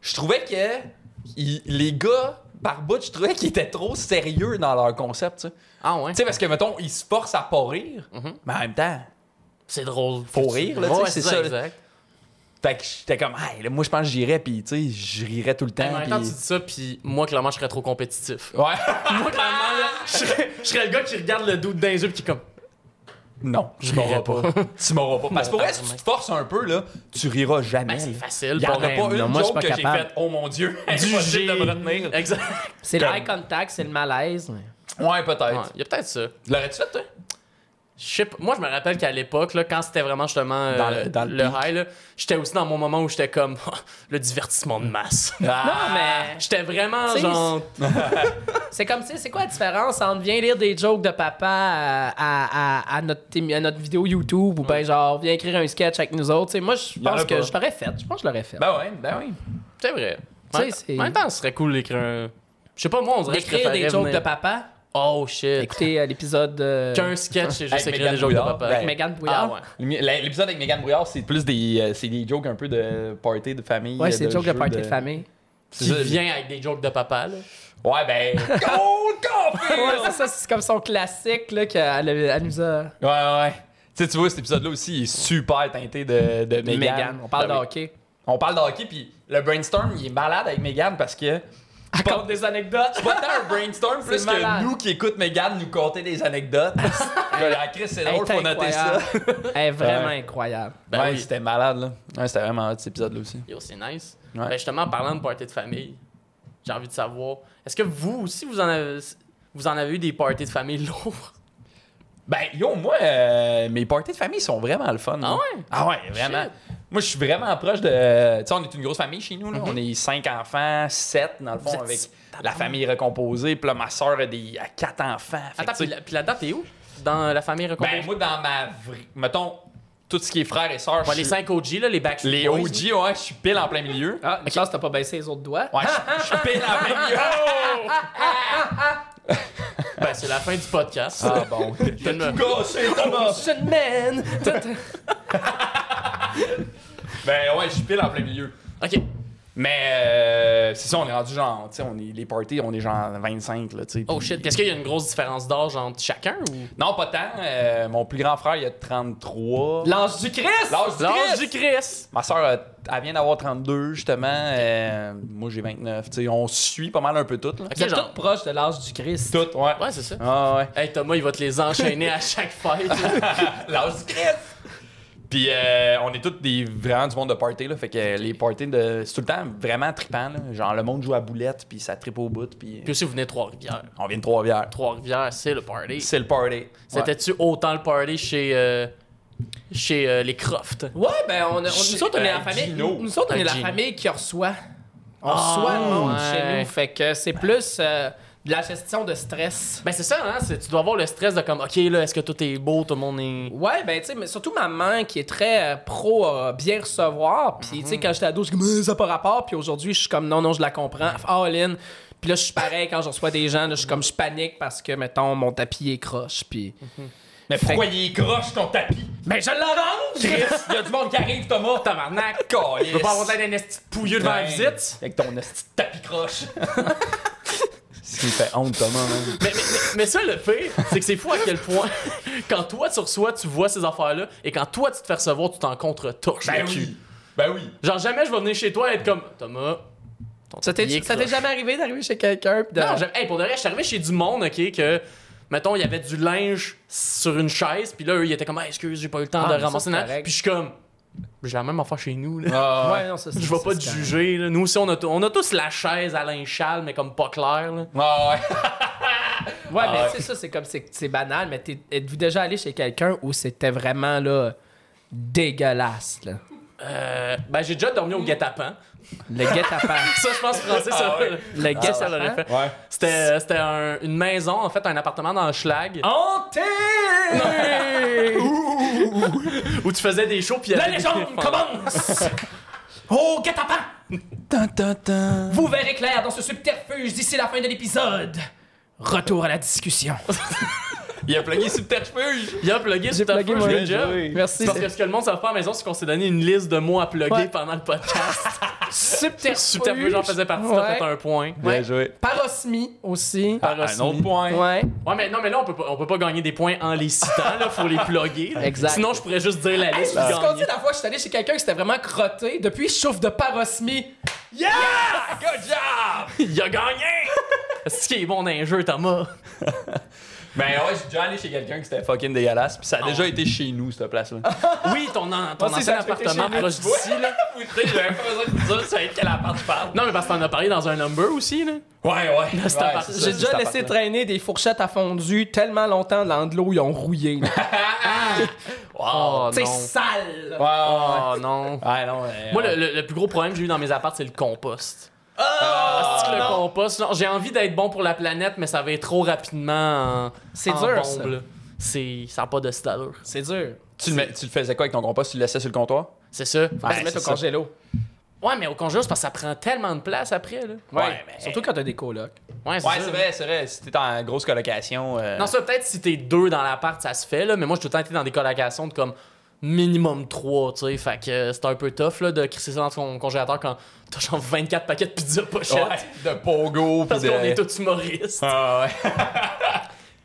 Je trouvais que. il- Les gars, par bout, je trouvais qu'ils étaient trop sérieux dans leur concept, tu sais.
Ah, ouais.
Tu sais, parce que, mettons, ils se forcent à pas rire, mais en même temps.
C'est drôle.
Faut rire, là, tu sais,
Ouais,
c'est ça, là.
exact.
Fait que j'étais comme, hey, là, moi, je pense que j'irais, puis, tu sais, je rirais tout le
Mais en
temps.
même temps, tu
Ah, puis- Ah!
dis ça, puis moi, clairement, je serais trop compétitif.
Ouais.
Moi, clairement, là, je serais, je serais le gars qui regarde le doute d'un yeux pis qui est comme.
Non, tu m'auras
rirai
pas. tu m'auras pas. Parce que pour vrai, si tu te forces un peu, là, tu riras jamais.
Ben, c'est facile.
Il n'y en a
pour un-
pas une
non, moi, je suis
joke
pas
que j'ai
capable.
faite, oh mon Dieu,
Du
impossible de me
G.
retenir.
Exact.
C'est
Comme-
l'eye contact, c'est le malaise. mais-
Ouais,
Il
peut-être.
y a peut-être ça.
L'aurais-tu fait, toi?
Je sais pas. Moi, je me rappelle qu'à l'époque, là, quand c'était vraiment justement euh,
Dans le- dans le pic.
high, là, j'étais aussi dans mon moment où j'étais comme oh, le divertissement de masse.
Ah,
Non, Ah, mais.
J'étais vraiment
Tu sais,
genre.
C'est comme, tu sais, c'est quoi la différence entre viens lire des jokes de papa à, à- à- à notre, émi- à notre vidéo YouTube ou ben genre viens écrire un sketch avec nous autres. Tu sais, moi, je
y en
pense
a
que
pas.
je l'aurais fait. Je pense que je l'aurais fait.
Ben ouais, ben oui.
C'est vrai.
Tu sais, c'est-
En même temps, ce serait cool d'écrire un. Je sais pas, moi, on dirait que je
Écrire des
préférais
jokes
venir-
de papa.
Oh shit.
Écoutez euh, l'épisode de
Qu'un sketch, c'est juste
Hey,
écrire
Mégane
des jokes de
Brouillard,
papa.
ben,
Megan
Ah
Bouillard.
ouais.
L'épisode avec Megan Brouillard, c'est plus des, euh, c'est des jokes un peu de party de famille.
Ouais, c'est des jokes de
jeux
party de famille.
C'est
Qui
ça.
vient avec des jokes de papa, là.
Ouais, ben. Cold coffee!
Ouais, c'est ça, c'est comme son classique là qu'elle avait- elle nous a.
Ouais, ouais. Tu sais, tu vois, cet épisode-là aussi, il est super teinté de, de Megan.
Megan, on parle
Ben
de
oui.
hockey.
On parle de hockey, puis le brainstorm, il est malade avec Megan parce que.
Elle compte des anecdotes.
Pas tant un brainstorm, plus
C'est
que
malade.
nous qui écoutons Megan nous conter des anecdotes. Là, la crise, c'est
Elle
drôle,
était
faut noter ça.
incroyable. Elle est vraiment
Ouais.
incroyable.
Ben
ouais,
oui.
c'était malade, là. Ouais, c'était vraiment hot, cet épisode-là aussi.
Yo, c'est nice.
Ouais.
Ben justement, en parlant de party de famille, j'ai envie de savoir, est-ce que vous aussi, vous en avez, vous en avez eu des parties de famille lourds?
Ben, yo, moi, euh, mes parties de famille sont vraiment le fun.
Ah
là.
ouais?
Ah ouais, vraiment.
Shit.
Moi, je suis vraiment proche de. Tu sais, on est une grosse famille chez nous, là. On est cinq enfants, sept, dans le
Mhm. Vous
fond,
êtes
avec
six-
la famille recomposée. Puis là, ma soeur a, des, a quatre enfants. Fait que,
Attends,
tu sais,
puis la- puis là-dedans, t'es où? Dans la famille recomposée?
Ben, moi, dans ma vraie. Mettons, tout ce qui est frères et sœurs.
Ouais,
je
les
suis-
5 OG, là, les Backstreet
Les
Boys.
OG, ouais, je suis pile en plein milieu.
Ah, une chance, t'as pas baissé les autres doigts.
Ouais, je je suis pile en plein milieu.
Ben, c'est la fin du podcast.
Ah bon.
Tellement-
Gossé, Thomas.
Jeune Oh, man!
Ben ouais, je suis pile en plein milieu.
Ok.
Mais euh, c'est ça, on est rendu genre, tu sais, on est les parties, on est genre 25, là, tu sais.
Oh shit, est-ce qu'il y a une grosse différence d'âge entre chacun ou.
Non, pas tant. Euh, mon plus grand frère, il a 33.
L'ange du Christ!
L'âge du
L'âge
Christ!
du Christ!
Ma soeur, elle, elle vient d'avoir 32, justement. euh, moi, j'ai 29. Tu sais, on suit pas mal un peu toutes, là.
Ok,
Vous êtes
genre-
tous proches de l'âge du Christ.
Toutes, ouais.
Ouais, c'est ça.
Ah, ouais.
Hey Thomas, il va te les enchaîner à chaque fête.
L'âge du Christ! Puis euh, on est tous des, vraiment du monde de party, là. Fait que les parties, de, c'est tout le temps vraiment trippant, là. Genre, le monde joue à boulette, puis ça trippe au bout, puis
Puis aussi, vous venez de Trois-Rivières.
on vient de Trois-Rivières.
Trois-Rivières, c'est le party.
C'est le party. Ouais.
C'était-tu autant le party chez, euh, chez euh, les Croft?
Ouais, ben, on, on- nous
Shit,
autres, on est la
un
famille.
Gino.
Nous autres, on
Un
est la
Gino.
famille qui reçoit. On
Ah,
reçoit le monde
ouais.
chez nous. Fait que c'est plus euh, de la gestion de stress.
Ben c'est ça, hein? c'est- tu dois avoir le stress de comme, ok, là, est-ce que tout est beau, tout le monde est.
Ouais, ben tu sais, mais surtout maman qui est très euh, pro euh, bien recevoir. Puis tu sais, quand j'étais ado, je suis comme, Mais ça n'a pas rapport. Puis aujourd'hui, je suis comme, non, non, je la comprends. All in. Puis là, je suis pareil quand je reçois des gens. là, je suis comme, je panique parce que, mettons, mon tapis est croche. Puis.
Mais pourquoi il croche ton tapis?
Mais Ben, je l'arrange!
Chris, il y a du monde qui arrive, Thomas.
Tabarnak!
Calice.
Je veux pas avoir l'air d'un esti de pouilleux devant la
Ben.
visite.
Avec ton esti de tapis croche. Ce qui me fait honte, Thomas. man.
Mais, mais, mais- mais ça, le pire, c'est que c'est fou à quel point, quand toi tu reçois, tu vois ces affaires-là, et quand toi tu te fais recevoir, tu t'en contre-torches le cul.
Ben oui.
Genre, jamais je vais venir chez toi et être comme, Thomas. euh, ton
Ça
tapis est
t'est ça t'est
croche.
jamais arrivé d'arriver chez quelqu'un? puis de-
Non, j'ai- hey, pour de vrai, je suis arrivé chez du monde, ok, que. Mettons, il y avait du linge sur une chaise, puis là, eux, ils étaient comme, Ah, excuse, j'ai pas eu le temps
Ah, mais
de
ça,
ramasser
c'est
na-
correct.
Puis je suis comme, j'ai la même affaire chez nous, là.
Ah,
Ouais, non, ça, c'est-
Je vais
ça,
pas te
c'est correct.
juger. là. Nous aussi, on a, t- on a tous la chaise à linge sale, mais comme pas clair. Là.
Ah ouais.
Ouais, mais
ouais.
tu sais, ça, c'est comme, c'est c'est banal, mais t'es- êtes-vous déjà allé chez quelqu'un où c'était vraiment, là, dégueulasse, là?
Euh, ben, j'ai déjà dormi au
Mm.
guet-apens.
Le guet-apens.
Ça, je pense français, ça,
Ah ouais.
Le
ça l'aurait
guet-apens.
fait.
Ouais.
C'était, euh, c'était un- une maison, en fait, un appartement dans le schlag,
Hanté!
où tu faisais des shows, puis il y
La
avait des-
légende commence! Oh, guet-apens! Vous verrez clair dans ce subterfuge d'ici la fin de l'épisode. Retour à la discussion.
Il a plugé subterfuge.
Il a plugué
J'ai
sur ta
plugué
feuille,
moi.
j'ai déjà.
Merci.
C'est parce que ce que le monde savait pas à la maison, c'est qu'on s'est donné une liste de mots à plugger
Ouais.
pendant le podcast.
Subterfuge.
Subterfuge, j'en faisais partie, t'as fait un point.
Bien joué.
Parosmie aussi.
Ah, un autre point.
Ouais.
Ouais, mais non, mais là, on peut pas, on peut pas gagner des points en les citant, là, faut les plugger. là.
Exact.
Sinon, je pourrais juste dire la
Hey,
liste.
je
puis
me suis
gagner.
connu la fois, je suis allé chez quelqu'un qui s'était vraiment crotté. Depuis, je souffre de parosmie.
Yeah! Good job!
Il a gagné! C'est qui est bon dans un jeu, Thomas.
Ben ouais, j'ai déjà allé chez quelqu'un qui c'était fucking dégueulasse. Puis ça a déjà été chez nous, cette place-là.
Oui, ton, an- ton
On s'est
ancien
acheté
appartement
chez nous,
proche
tu vois.
d'ici, là.
J'avais pas besoin de dire c'est quel appart tu parles.
Non, mais parce que t'en as parlé dans un number aussi, là.
Ouais, ouais. ouais
cet appart-
c'est ça,
J'ai
c'est
déjà
cet
laissé
appart-là.
traîner des fourchettes à fondue tellement longtemps dans de l'eau, ils ont rouillé.
Oh,
C'est
non.
sale.
Ah, Ouais,
Oh, non.
ouais. Ouais, non. euh,
Moi, le, le- le plus gros problème que j'ai eu dans mes apparts, c'est le compost.
Ah,
Parce que le compost, genre, j'ai envie d'être bon pour la planète, mais ça va être trop rapidement en,
C'est
en
dur,
bombe,
ça.
là. C'est, ça n'a pas de cette allure.
C'est dur.
tu le, mets- tu le faisais quoi avec ton compost? Tu le laissais sur le comptoir?
C'est ça. Ben,
Faut se
Ouais,
mettre au
Ben, c'est ça.
congélo.
Ouais, mais au congé, c'est parce que ça prend tellement de place après, là.
Ouais,
Ouais, mais-
surtout quand t'as des colocs.
Ouais, c'est,
Ouais,
ça.
c'est vrai, c'est vrai. Si t'es en grosse colocation. euh,
Non, ça, peut-être si t'es deux dans l'appart, ça se fait, là, mais moi, j'ai tout le temps été dans des colocations de comme minimum trois, tu sais. Fait que euh, c'était un peu tough, là, de crisser ça dans ton congélateur quand t'as genre 24 paquets de pizza pochette.
Ouais, de pogo.
Parce
pis de...
qu'on est tous humoristes.
Ah ouais.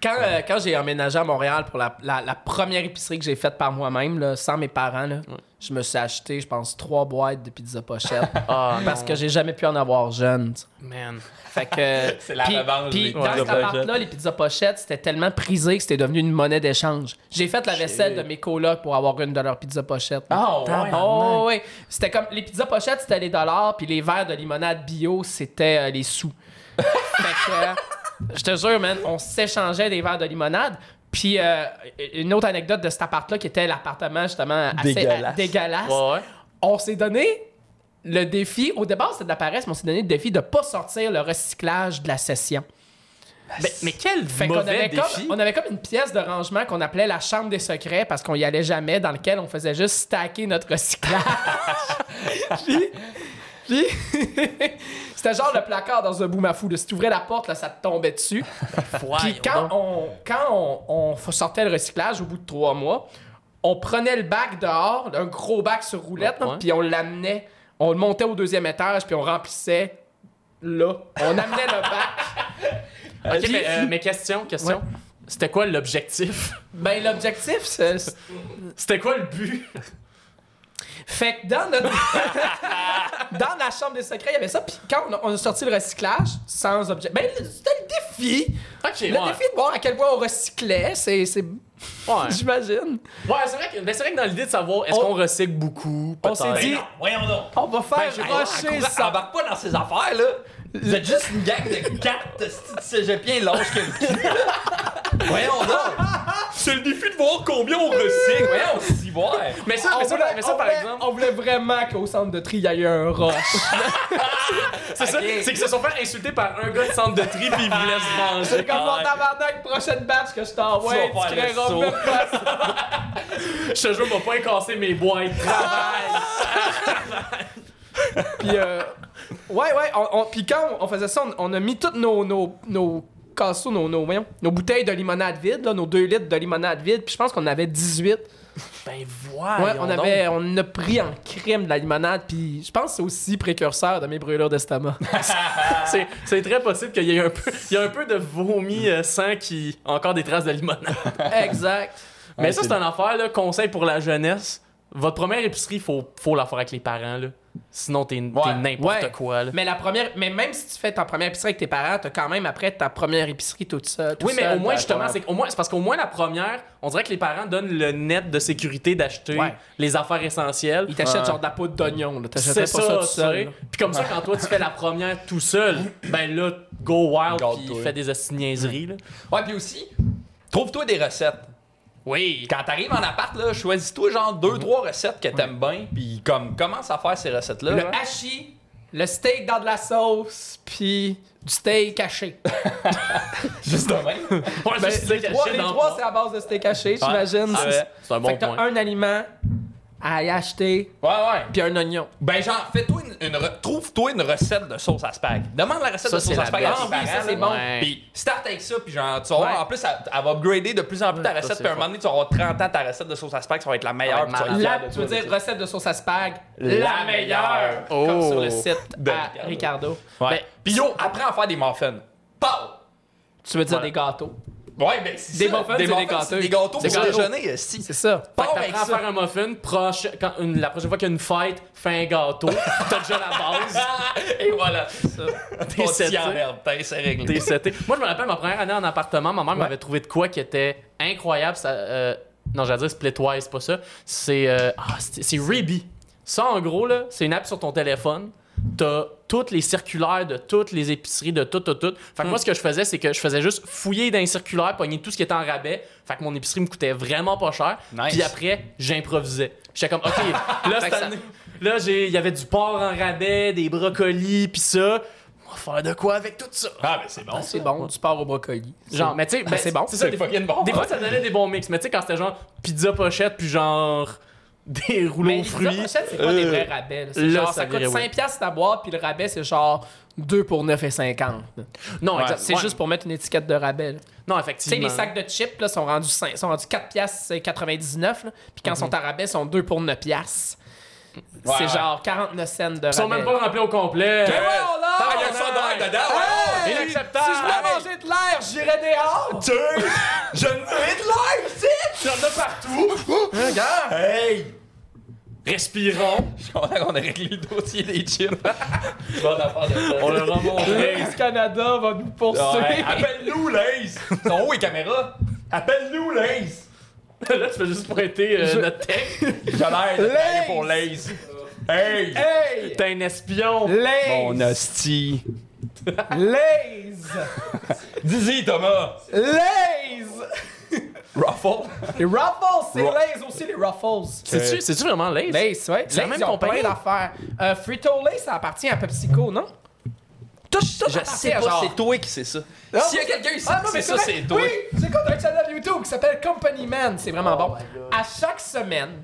Quand, euh, quand j'ai emménagé à Montréal pour la, la- la première épicerie que j'ai faite par moi-même, là, sans mes parents, là, je me suis acheté, je pense, trois boîtes de pizza pochette.
Ah,
parce
non.
que j'ai jamais pu en avoir jeune. tu sais.
Man.
Fait que.
C'est la
puis-
revanche
Puis
des
dans
pizzas
cet
pochettes.
appart-là, les pizzas pochettes, c'était tellement prisé que c'était devenu une monnaie d'échange. J'ai fait la vaisselle de mes colocs pour avoir une de leurs pizzas pochettes.
Ah, ouais.
Oh, ouais. C'était comme. Les pizzas pochettes, c'était les dollars, puis les verres de limonade bio, c'était euh, les sous. fait que. euh, Je te jure, man, on s'échangeait des verres de limonade. Puis euh, une autre anecdote de cet appart-là qui était l'appartement justement assez euh,
Dégueulasse.
dégueulasse.
Ouais, ouais.
On s'est donné le défi, au départ c'était de la paresse, mais on s'est donné le défi de pas sortir le recyclage de la session.
Mais, mais quel
Fait qu'on
mauvais
avait,
défi.
comme, on avait comme une pièce de rangement qu'on appelait la chambre des secrets parce qu'on y allait jamais, dans lequel on faisait juste stacker notre recyclage. puis, puis c'était genre le placard dans un boum à fou. là. Si tu ouvrais la porte, là, ça te tombait dessus. Puis
Voyons
quand,
donc.
on, quand on, on f- sortait le recyclage au bout de trois mois, on prenait le bac dehors, un gros bac sur roulette,
Ouais.
là, puis on l'amenait on le montait au deuxième étage, puis on remplissait là. On amenait le bac.
Ok, mais, euh, mais question, question.
Ouais.
C'était quoi l'objectif?
Ben, l'objectif, c'est. c'est-
C'était quoi le but?
Fait que dans notre. dans la chambre des secrets, il y avait ça. Puis quand on a, on a sorti le recyclage, sans objet. Ben, c'était le défi.
Ok, ouais.
Le défi de voir à quel point on recyclait, c'est. c'est-
Ouais.
J'imagine.
Ouais, c'est vrai, que- mais c'est vrai que dans l'idée de savoir est-ce
On-
qu'on recycle beaucoup,
On s'est
peut-être.
dit,
Ben Voyons donc.
on va faire
Ben,
Hey,
rusher
courant,
ça.
embarque pas dans ces affaires, là. Vous êtes juste une gang de quatre de cégepiens lâches que le cul. Voyons donc. C'est le défi de voir combien on recycle. Voyons, s'y voir.
Mais Ah, ça, mais
On
ça,
voulait-
mais ça,
on
par
voulait-
exemple,
On voulait vraiment qu'au centre de tri, il y ait un rush.
c'est ça, c'est qu'ils se sont fait insulter par un gars de centre de tri puis ils voulaient se
C'est
manger.
comme mon tabarnak, prochaine batch que je t'envoie,
Tu vas
tu
faire le
créeras
saut.
même pas ça.
Je te jure, m'a pas cassé mes boîtes.
Puis, euh, ouais, ouais, on, on- puis quand on faisait ça, on, on a mis toutes nos, nos, nos casseaux, nos, nos, voyons, nos bouteilles de limonade vide, là, nos 2 litres de limonade vide, puis je pense qu'on avait 18.
Ben
Ouais,
voyons
on,
donc.
avait, on a pris en crème de la limonade, puis je pense que c'est aussi précurseur de mes brûlures d'estomac. euh,
C'est- C'est très possible qu'il y ait un peu, il y a un peu de vomi euh, sang qui, encore des traces de limonade.
exact.
Mais
Ouais,
ça,
c'est-
c'est un affaire, là, conseil pour la jeunesse. Votre première épicerie, faut, faut la faire avec les parents, là. Sinon, t'es t'es n'importe
Ouais.
quoi, là.
Mais la première, mais même si tu fais ta première épicerie avec tes parents, t'as quand même après ta première épicerie toute seule. tout
Oui, mais
seul.
au moins,
Ben,
justement,
ouais.
c'est qu'au moins- c'est parce qu'au moins, la première, on dirait que les parents donnent le net de sécurité d'acheter
Ouais.
les affaires essentielles.
Ils t'achètent
Ouais.
genre de la poudre d'oignon, là. T'achètes
C'est
pas
ça,
ça, tout
tu
seul.
sais. Puis comme ça, quand toi, tu fais la première tout seul, ben là, go wild,
Garde-toi.
puis fais des astigniaiseries, là.
Ouais, puis aussi, trouve-toi des recettes.
Oui.
Quand t'arrives en appart, là, choisis-toi genre deux, trois recettes que t'aimes bien, puis comme, commence à faire ces recettes-là.
Le
genre.
hachis, le steak dans de la sauce, puis du steak haché.
Ah,
Juste de même.
Ouais, je me suis dit,
Ben, les
caché
trois, les
dans le
trois,
fond.
c'est à base de steak haché, j'imagine.
c'est vrai.
C'est un
fait
bon
que t'as
point.
un aliment à y acheter,
Ouais, ouais.
puis un oignon.
Ben genre, fais-toi une, une re- trouve-toi une recette de sauce à spag. Demande la recette
Ça,
de sauce
c'est
à
la
spag
best.
à tes
Ah oui,
parents,
ça, c'est
là.
bon.
Puis start avec ça, puis genre, tu vas voir, en plus, elle, elle va upgrader de plus en plus ta
c'est
recette, puis à un
fort.
moment donné, tu auras 30 ans ta recette de sauce à spag, ça va être la meilleure,
Ouais,
puis tu vas être
La,
fier de
tu veux
toi,
dire recette de sauce à spag,
La meilleure.
la, meilleure, comme
Oh.
sur le site
De
à Ricardo.
Ouais. Ben, puis yo, apprends à faire des muffins. Pow!
Tu veux dire
Voilà.
des gâteaux.
Ouais, ben c'est
Des
ça.
muffins, c'est des gâteaux.
Des gâteaux
C'est
pour
gâteaux.
déjeuner, euh, si.
C'est ça.
Fait que
Part avec
t'apprends à
ça.
faire un muffin, proche, quand une- la prochaine fois qu'il y a une fête, fais un gâteau, t'as déjà la base.
Ah, Et voilà.
T'es
T'es
seté.
en herbe, t'es c'est réglé.
T'es seté. Moi, je me rappelle ma première année en appartement, ma mère m'avait trouvé de quoi qui était incroyable. Ça, euh, non, j'allais dire Splitwise, c'est pas ça. C'est euh, ah, c'est c'est Reebi. Ça, en gros, là, c'est une app sur ton téléphone. T'as toutes les circulaires de toutes les épiceries, de tout, tout, tout. Fait que
Hmm.
moi, ce que je faisais, c'est que je faisais juste fouiller dans les circulaires, pogner tout ce qui était en rabais. Fait que mon épicerie me coûtait vraiment pas cher.
Nice.
Puis après, j'improvisais. J'étais comme, OK, là,
Fait
cette
que ça-
année- là, j'ai- il y avait du porc en rabais, des brocolis, puis ça. On va faire de quoi avec tout ça?
Ah, ben c'est bon.
C'est bon, du porc au brocoli.
Genre, mais tu sais, ben,
c'est bon.
C'est ça,
C'est
des,
fucking bon.
des fois, ça donnait des bons mix. Mais tu sais, quand c'était genre pizza pochette, puis genre des rouleaux
Mais
aux fruits.
Pochette, c'est pas des vrais rabais. là. C'est
là,
genre,
ça
ça coûte
virait, ouais.
5 piastres ta boîte, puis le rabais, c'est genre 2 pour 9,50.
Non,
Ouais.
exact-
C'est
ouais.
juste pour mettre une étiquette de rabais. là.
Non,
Tu sais,
effectivement.
les sacs de chips là, sont, rendus 5, sont rendus 4 piastres c'est 99, là. puis quand ils sont à rabais, ils sont 2 pour 9 piastres. c'est
ouais.
genre 49 cents de rabais.
Ils sont même pas remplis au complet.
Ouais,
voyons donc!
Ah, il y a le sondage dedans.
Hey!
Ah, ouais.
Oh, Inacceptable.
Si je voulais manger de l'air, j'irais dehors!
Dieu, je ne veux de l'air, c'est! J'en ai partout!
Regarde!
Hey!
Respirons.
Je suis content qu'on a réglé le dossier des chips. Bonne affaire de ça.
On le remonte.
Lays Canada va nous poursuivre.
Ouais,
ah.
Appelle-nous, Lays! Son haut et caméra! Appelle-nous, Lays!
Là, tu peux juste pointer euh, notre tech.
J'ai l'air de
Lays!
travailler pour Lays! Hey!
Hey!
T'es un espion.
Lays!
Mon hostie!
Lays!
Dis-y, Thomas!
Lays!
Ruffle?
Les Ruffles, c'est
Ru-
Lays aussi, les Ruffles.
C'est-tu c'est-tu vraiment laid?
Lays, ouais.
C'est la même
ils ont
compagnie?
plein d'affaires. Euh, Frito-Lay, ça appartient à PepsiCo, non? Tout, tout
Je sais pas, c'est toi qui sais ça. S'il y a quelqu'un ici
Ah
qui
non, mais
sait ça,
vrai.
c'est toi.
Oui, j'écoute un channel YouTube qui s'appelle Company Man. C'est vraiment bon. À chaque semaine,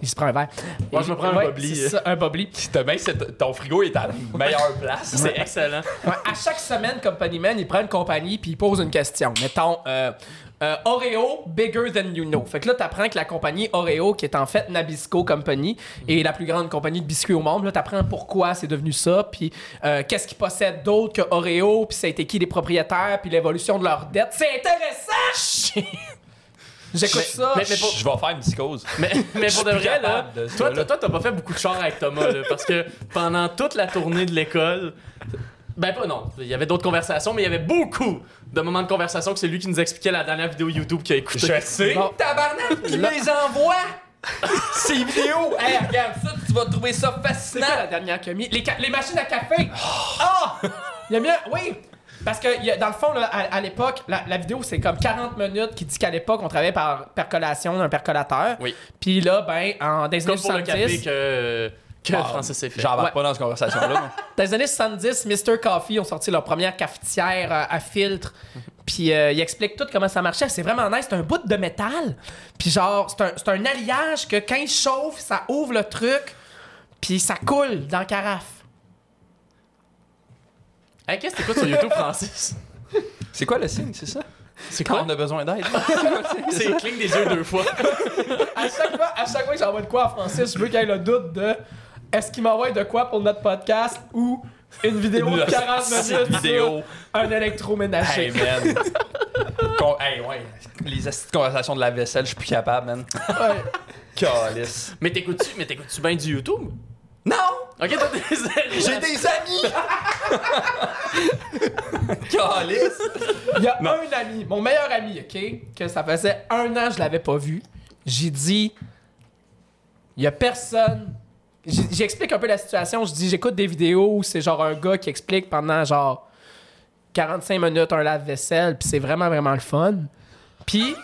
il se prend un verre.
Moi, je me prends un
Ouais,
bubbly.
c'est ça, un bubbly.
T'as bien, c'est- ton frigo est à la meilleure place.
C'est excellent.
Ouais, à chaque semaine, Company Man, il prend une compagnie puis il pose une question. Mettons, euh, euh, Oreo Bigger Than You Know. Fait que là, t'apprends que la compagnie Oreo, qui est en fait Nabisco Company, est la plus grande compagnie de biscuits au monde. Là, t'apprends pourquoi c'est devenu ça, puis euh, qu'est-ce qu'ils possèdent d'autre que Oreo, puis ça a été qui les propriétaires, puis l'évolution de leur dette. C'est intéressant! J'écoute ça.
mais- mais pour-
Je vais faire une psychose.
Mais, mais pour de
plus
vrai, là,
capable de ça,
toi,
là.
toi, toi, t'as pas fait beaucoup de char avec Thomas, là, parce que pendant toute la tournée de l'école, ben pas non, il y avait d'autres conversations, mais il y avait beaucoup de moments de conversation que c'est lui qui nous expliquait la dernière vidéo YouTube qu'il a écoutée.
Je sais.
Bon, tabarnak, il me les envoie!
Ces vidéos.
Hey, regarde ça, tu vas trouver ça fascinant. la dernière qu'il a mis? Les, ca- les machines à café.
Oh!
Ah! Il a mis, un- oui. Parce que, il y a- dans le fond, là, à, à l'époque, la, la vidéo, c'est comme 40 minutes qui dit qu'à l'époque, on travaillait par percolation d'un percolateur.
Oui.
Puis là, ben, en, dans les années
Comme pour le café
70,
que, que Francis s'est fait.
J'embarque pas
Ouais.
dans cette conversation-là.
dans les années 70, Mr. Coffee ont sorti leur première cafetière euh, à filtre.
Mhm.
Puis euh, ils expliquent tout comment ça marchait. C'est vraiment nice. C'est un bout de métal. Puis genre, c'est un, c'est un alliage que quand il chauffe, ça ouvre le truc. Puis ça coule dans la carafe.
Hey, qu'est-ce que t'écoutes sur YouTube, Francis?
c'est quoi le signe, c'est ça?
C'est
Quand
quoi?
on a besoin d'aide.
C'est cligne des yeux deux fois.
À chaque fois, à chaque fois que j'envoie de quoi à Francis, je veux qu'il ait le doute de est-ce qu'il m'envoie de quoi pour notre podcast ou une vidéo de 40
Cette
minutes sur
vidéo.
un électroménager.
Hey, man. Con- hey, ouais. Les astuces de conversation de la vaisselle, je suis plus capable, man.
Ouais.
Calice.
Mais t'écoutes-tu, mais t'écoutes-tu bien du YouTube?
Non!
Ok, t'as des
J'ai des amis! Calice!
Il y a un ami, mon meilleur ami, OK, que ça faisait un an que je l'avais pas vu. J'ai dit, il y a personne. J'ai- J'explique un peu la situation. Je dis, j'écoute des vidéos où c'est genre un gars qui explique pendant genre 45 minutes un lave-vaisselle, puis c'est vraiment, vraiment le fun. Puis,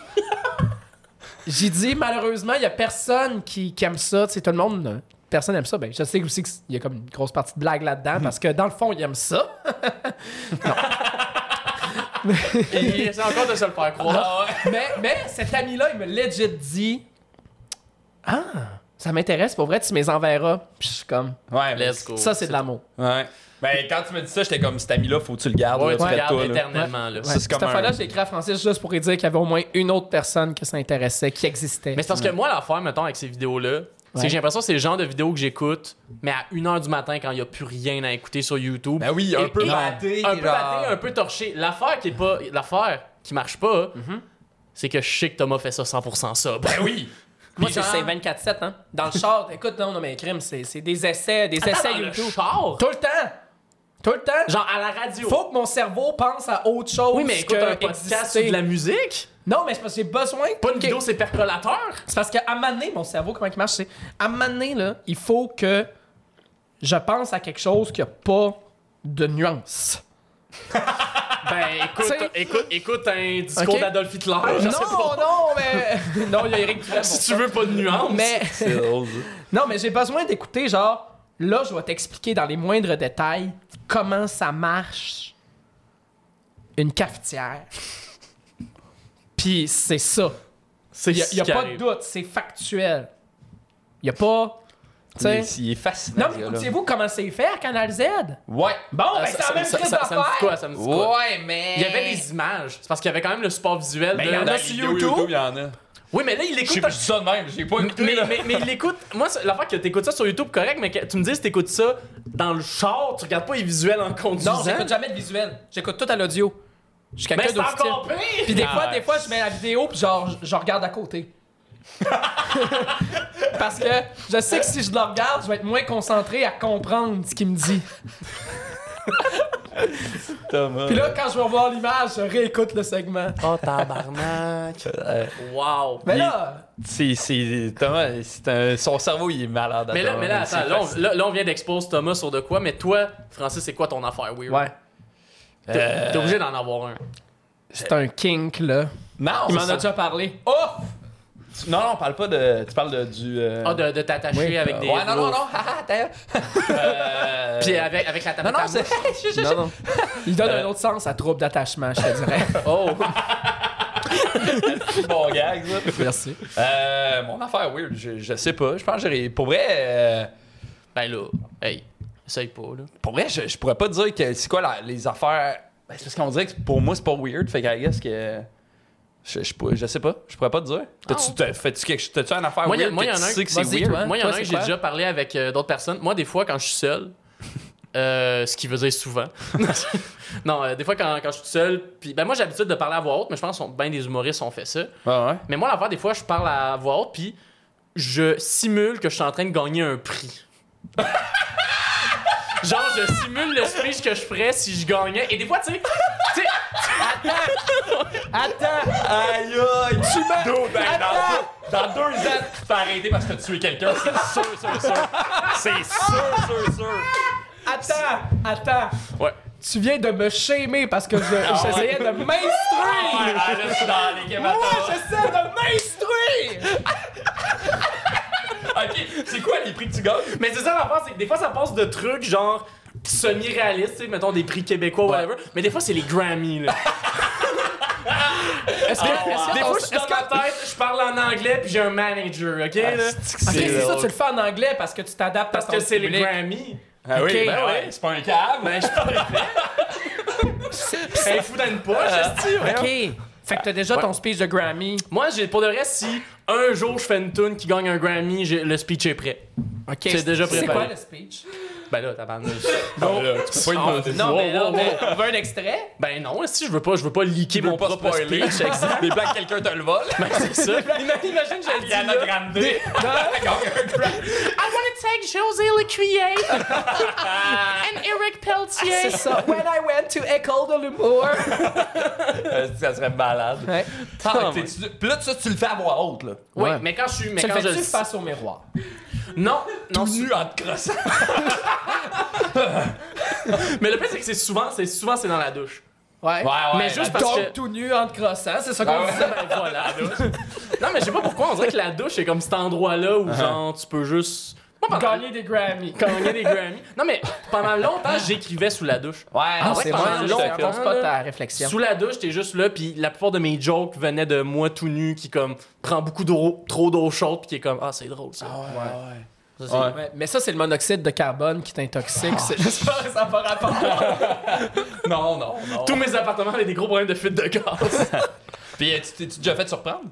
j'ai dit, malheureusement, il y a personne qui, qui aime ça. Tu sais, tout le monde, euh, personne aime ça. Ben, je sais aussi qu'il y a comme une grosse partie de blague là-dedans, parce que dans le fond, il aime ça.
C'est encore de se le faire croire.
Ah
mais, mais cet ami-là, il me legit dit Ah, ça m'intéresse, pour vrai, tu me les enverras. Puis je suis comme
Ouais, mais-
Let's go.
Ça, c'est de l'amour.
Ouais. Ben, quand tu me dis ça, j'étais comme cet ami-là, faut que tu le gardes. là,
Ouais,
tu
tu
fais
regardes
toi, là.
éternellement, là.
Ça, c'est
Cette
comme un-
fois-là, j'ai écrit à Francis juste pour lui dire qu'il y avait au moins une autre personne qui s'intéressait, qui existait.
Mais c'est parce que moi, l'affaire, mettons, avec ces vidéos-là, c'est
Ouais.
que j'ai l'impression que c'est le genre de vidéos que j'écoute, mais à 1h du matin quand il n'y a plus rien à écouter sur YouTube.
Ben oui, un
Et-
peu
et-
batté,
Un peu
genre.
batté, un peu torché. L'affaire qui est pas. L'affaire qui marche pas, c'est que je sais que Thomas fait ça 100% ça. Ben oui!
moi,
Puis
c'est
genre-
24-7, hein. Dans le char, écoute, non, non, mais crime, c'est c'est des essais, des
Attends,
essais
dans le
YouTube.
char?
Tout le temps! Tout le temps!
Genre à la radio.
Faut que mon cerveau pense à autre chose.
oui, mais écoute
que
un podcast
exister.
ou de la musique.
Non, mais c'est parce que j'ai besoin.
Pas une
que-
vidéo, c'est percolateur.
C'est parce qu'à un moment donné, mon cerveau, comment il marche, c'est à un moment donné, là, il faut que je pense à quelque chose qui a pas de nuance.
Ben écoute,
T'sais-
écoute, écoute un discours
Ok.
d'Adolf Hitler. je
non,
sais pas.
non, mais. non, il y a Eric qui l'aime
Si
pour
tu veux pas de
ça.
nuance.
Mais.
C'est drôle, ça.
Non, mais j'ai besoin d'écouter, genre, là, je vais t'expliquer dans les moindres détails comment ça marche une cafetière. Puis c'est ça.
c'est
Il
ce
n'y a,
qui
pas de
arrive.
doute, c'est factuel. Il n'y a pas. Tu sais.
Mais Il est fascinant.
Non,
ce
mais
gars-là.
écoutez-vous comment c'est fait, Canal Z?
Ouais.
Bon,
Ah,
ben,
ça-
c'est la
ça-
même
ça-
crise
ça- ça me dit
d'affaires.
quoi, ça me dit quoi?
mais...
Il y avait les images. C'est parce qu'il y avait quand même le support visuel.
Ben,
de-
il y en a
Là,
sur
sur
YouTube. Il y en a.
Oui, mais là, il
Je sais
écoute.
pas je dis ça de même, j'ai pas écouté.
Mais,
là.
mais, mais il écoute. Moi, c'est- l'affaire que t'écoutes ça sur YouTube, correct, mais que tu me dis, si t'écoutes ça dans le char, tu regardes pas les visuels en conduisant.
Non, j'écoute jamais de visuel. J'écoute tout à l'audio. Je
mais
suis quelqu'un
c'est
d'officiel.
encore pire!
Puis des fois,
Ah,
des fois, je mets la vidéo, puis genre, je- je regarde à côté. Parce que je sais que si je le regarde, je vais être moins concentré à comprendre ce qu'il me dit.
Thomas.
Puis là, quand je vais revoir l'image, je réécoute le segment.
Oh, tabarnak!
Euh,
wow!
Mais
Il-
là,
c'est- c'est- Thomas, c'est un- son cerveau, il est malade.
Mais là,
Thomas,
mais là,
c'est
attends, là, on,
fascinant.
là, là, on vient d'exposer Thomas sur de quoi, mais toi, Francis, c'est quoi ton affaire weird?
ouais,
T'es t'es obligé d'en avoir un. Ah,
c'est un kink là.
Non,
Il m'en
c'est
a
ça.
déjà parlé. Oh,
Tu- Non, non, on parle pas de. Tu parles de, du. euh,
Ah, de, de t'attacher
oui,
avec
euh,
des.
Ouais, non, non, non. haha, d'ailleurs. Euh,
Puis avec, avec la table
Non, non, c'est.
non, non. Il donne un autre sens à trouble d'attachement, je te dirais.
Oh!
bon gag, ça.
Merci.
Euh, mon affaire, oui, je, je sais pas. Je pense que j'aurais. Pour vrai, euh,
ben là, hey, essaye pas, là.
pour vrai je, je pourrais pas dire que c'est quoi la- les affaires. Ben, c'est parce qu'on dirait que pour moi, c'est pas weird. Fait que, I guess que. Je, je, pourrais- je sais pas, je pourrais pas te dire. T'as-tu t'as- fais-tu quelque chose? T'as-tu une affaire
Ah Moi, y a-
weird
moi,
que
y en a
tu
un-
sais que c'est
vas-y,
weird?
toi.
Moi, il y en a
Toi,
un que
c'est
j'ai
quoi?
déjà parlé avec euh, d'autres personnes. Moi, des fois, quand je suis seul, euh, ce qui veut dire souvent. non, euh, des fois, quand, quand je suis seul, puis ben, moi, j'ai l'habitude de parler à voix haute, mais je pense que bien des humoristes ont fait ça.
Ah ouais?
Mais moi, l'affaire, des fois, je parle à voix haute, puis je simule que je suis en train de gagner un prix. Genre, je simule le speech que je ferais si je gagnais. Et des fois, tu sais, tu sais,
Ah
Attends!
Aïe aïe! Tu m'as... ben,
ben,
dans, dans deux ans, tu t'es arrêté parce que t'as tué quelqu'un, c'est sûr, sûr, sûr. C'est sûr, sûr, sûr.
Attends! Attends!
Ouais.
Tu viens de me shamer parce que je- j'essayais de
Ah,
m'instruire!
là, je suis dans les
Moi, j'essaie de m'instruire!
Ok, c'est quoi les prix que tu gagnes?
Mais c'est ça l'affaire, c'est que des fois ça passe de trucs genre semi-réalistes, tu sais, mettons des prix québécois, whatever, mais des fois c'est les Grammy, là.
Est-ce que,
Ah,
est-ce que
des
ton-
fois je suis
est-ce
dans ma tête, je parle en anglais puis j'ai un manager, ok, là?
que- Ok,
Ah, C'est
c'est ça,
drôle.
tu le fais en anglais parce que tu t'adaptes
Parce
à ton
que c'est les
public.
Grammy.
Ah oui,
Ok.
ben ouais, c'est pas un câble.
Ben, je parle C'est fou dans une poche,
Ah.
esti, ouais.
Ok. Fait que t'as déjà ton speech de Grammy.
Moi, j'ai pour de vrai, si un jour je fais une tune qui gagne un Grammy, j'ai- le speech est prêt.
Ok.
C'est déjà
C'est quoi
préparé.
le speech?
Ben là, tabarnouche.
Non, là, tu peux pas inventer ça.
Non, mais là, mais on veut un extrait?
Ben non, si je veux pas, je veux pas leaker
Ils
mon
vont pas
propre
spoiler.
speech. exact.
Des blagues, quelqu'un te le vole.
Ben, c'est ça.
Imagine, je le dis
Ariana
là.
Grande. Gagne un Grammy.
I want to take José Lecuyer and Eric Peltier.
Ah, C'est ça. When I went to École de l'humour.
Euh, Ça serait malade.
Ouais.
Ah, t'es- tu- Puis là, ça, tu le fais à voix haute, là.
Oui,
Ouais.
mais quand je suis. Mais
Tu le
quand je
fais-tu
le sais-
face au miroir?
Non, non.
Tout nu en te crossant.
Mais le pire, c'est que c'est souvent, c'est souvent, c'est dans la douche.
Ouais.
Mais juste
la-
parce
Donc,
que-
tout nu, en te crossant, c'est ça qu'on
Ah ouais.
disait.
Ben voilà. non, mais je sais pas pourquoi, on dirait que la douche, c'est comme cet endroit-là où, genre, tu peux juste. Moi, pendant-
Gagner des Grammy.
gagner des Grammy. Non, mais pendant longtemps, j'écrivais sous la douche.
Ouais,
Ah,
ouais,
c'est
pendant
moi,
pendant
je
longtemps,
te
longtemps,
pense
là.
pas ta réflexion.
Sous la douche, t'es juste là, puis la plupart de mes jokes venaient de moi tout nu, qui comme prend beaucoup d'eau, trop d'eau chaude, puis qui est comme ah c'est drôle ça. Ça, c'est-
Ouais.
Ouais, mais ça, c'est le monoxyde de carbone qui t'intoxique. c'est juste pas ça par rapport.
Non, non, non.
Tous mes appartements avaient des gros problèmes de fuite de gaz.
Puis euh, tu t'es tu t'es déjà fait surprendre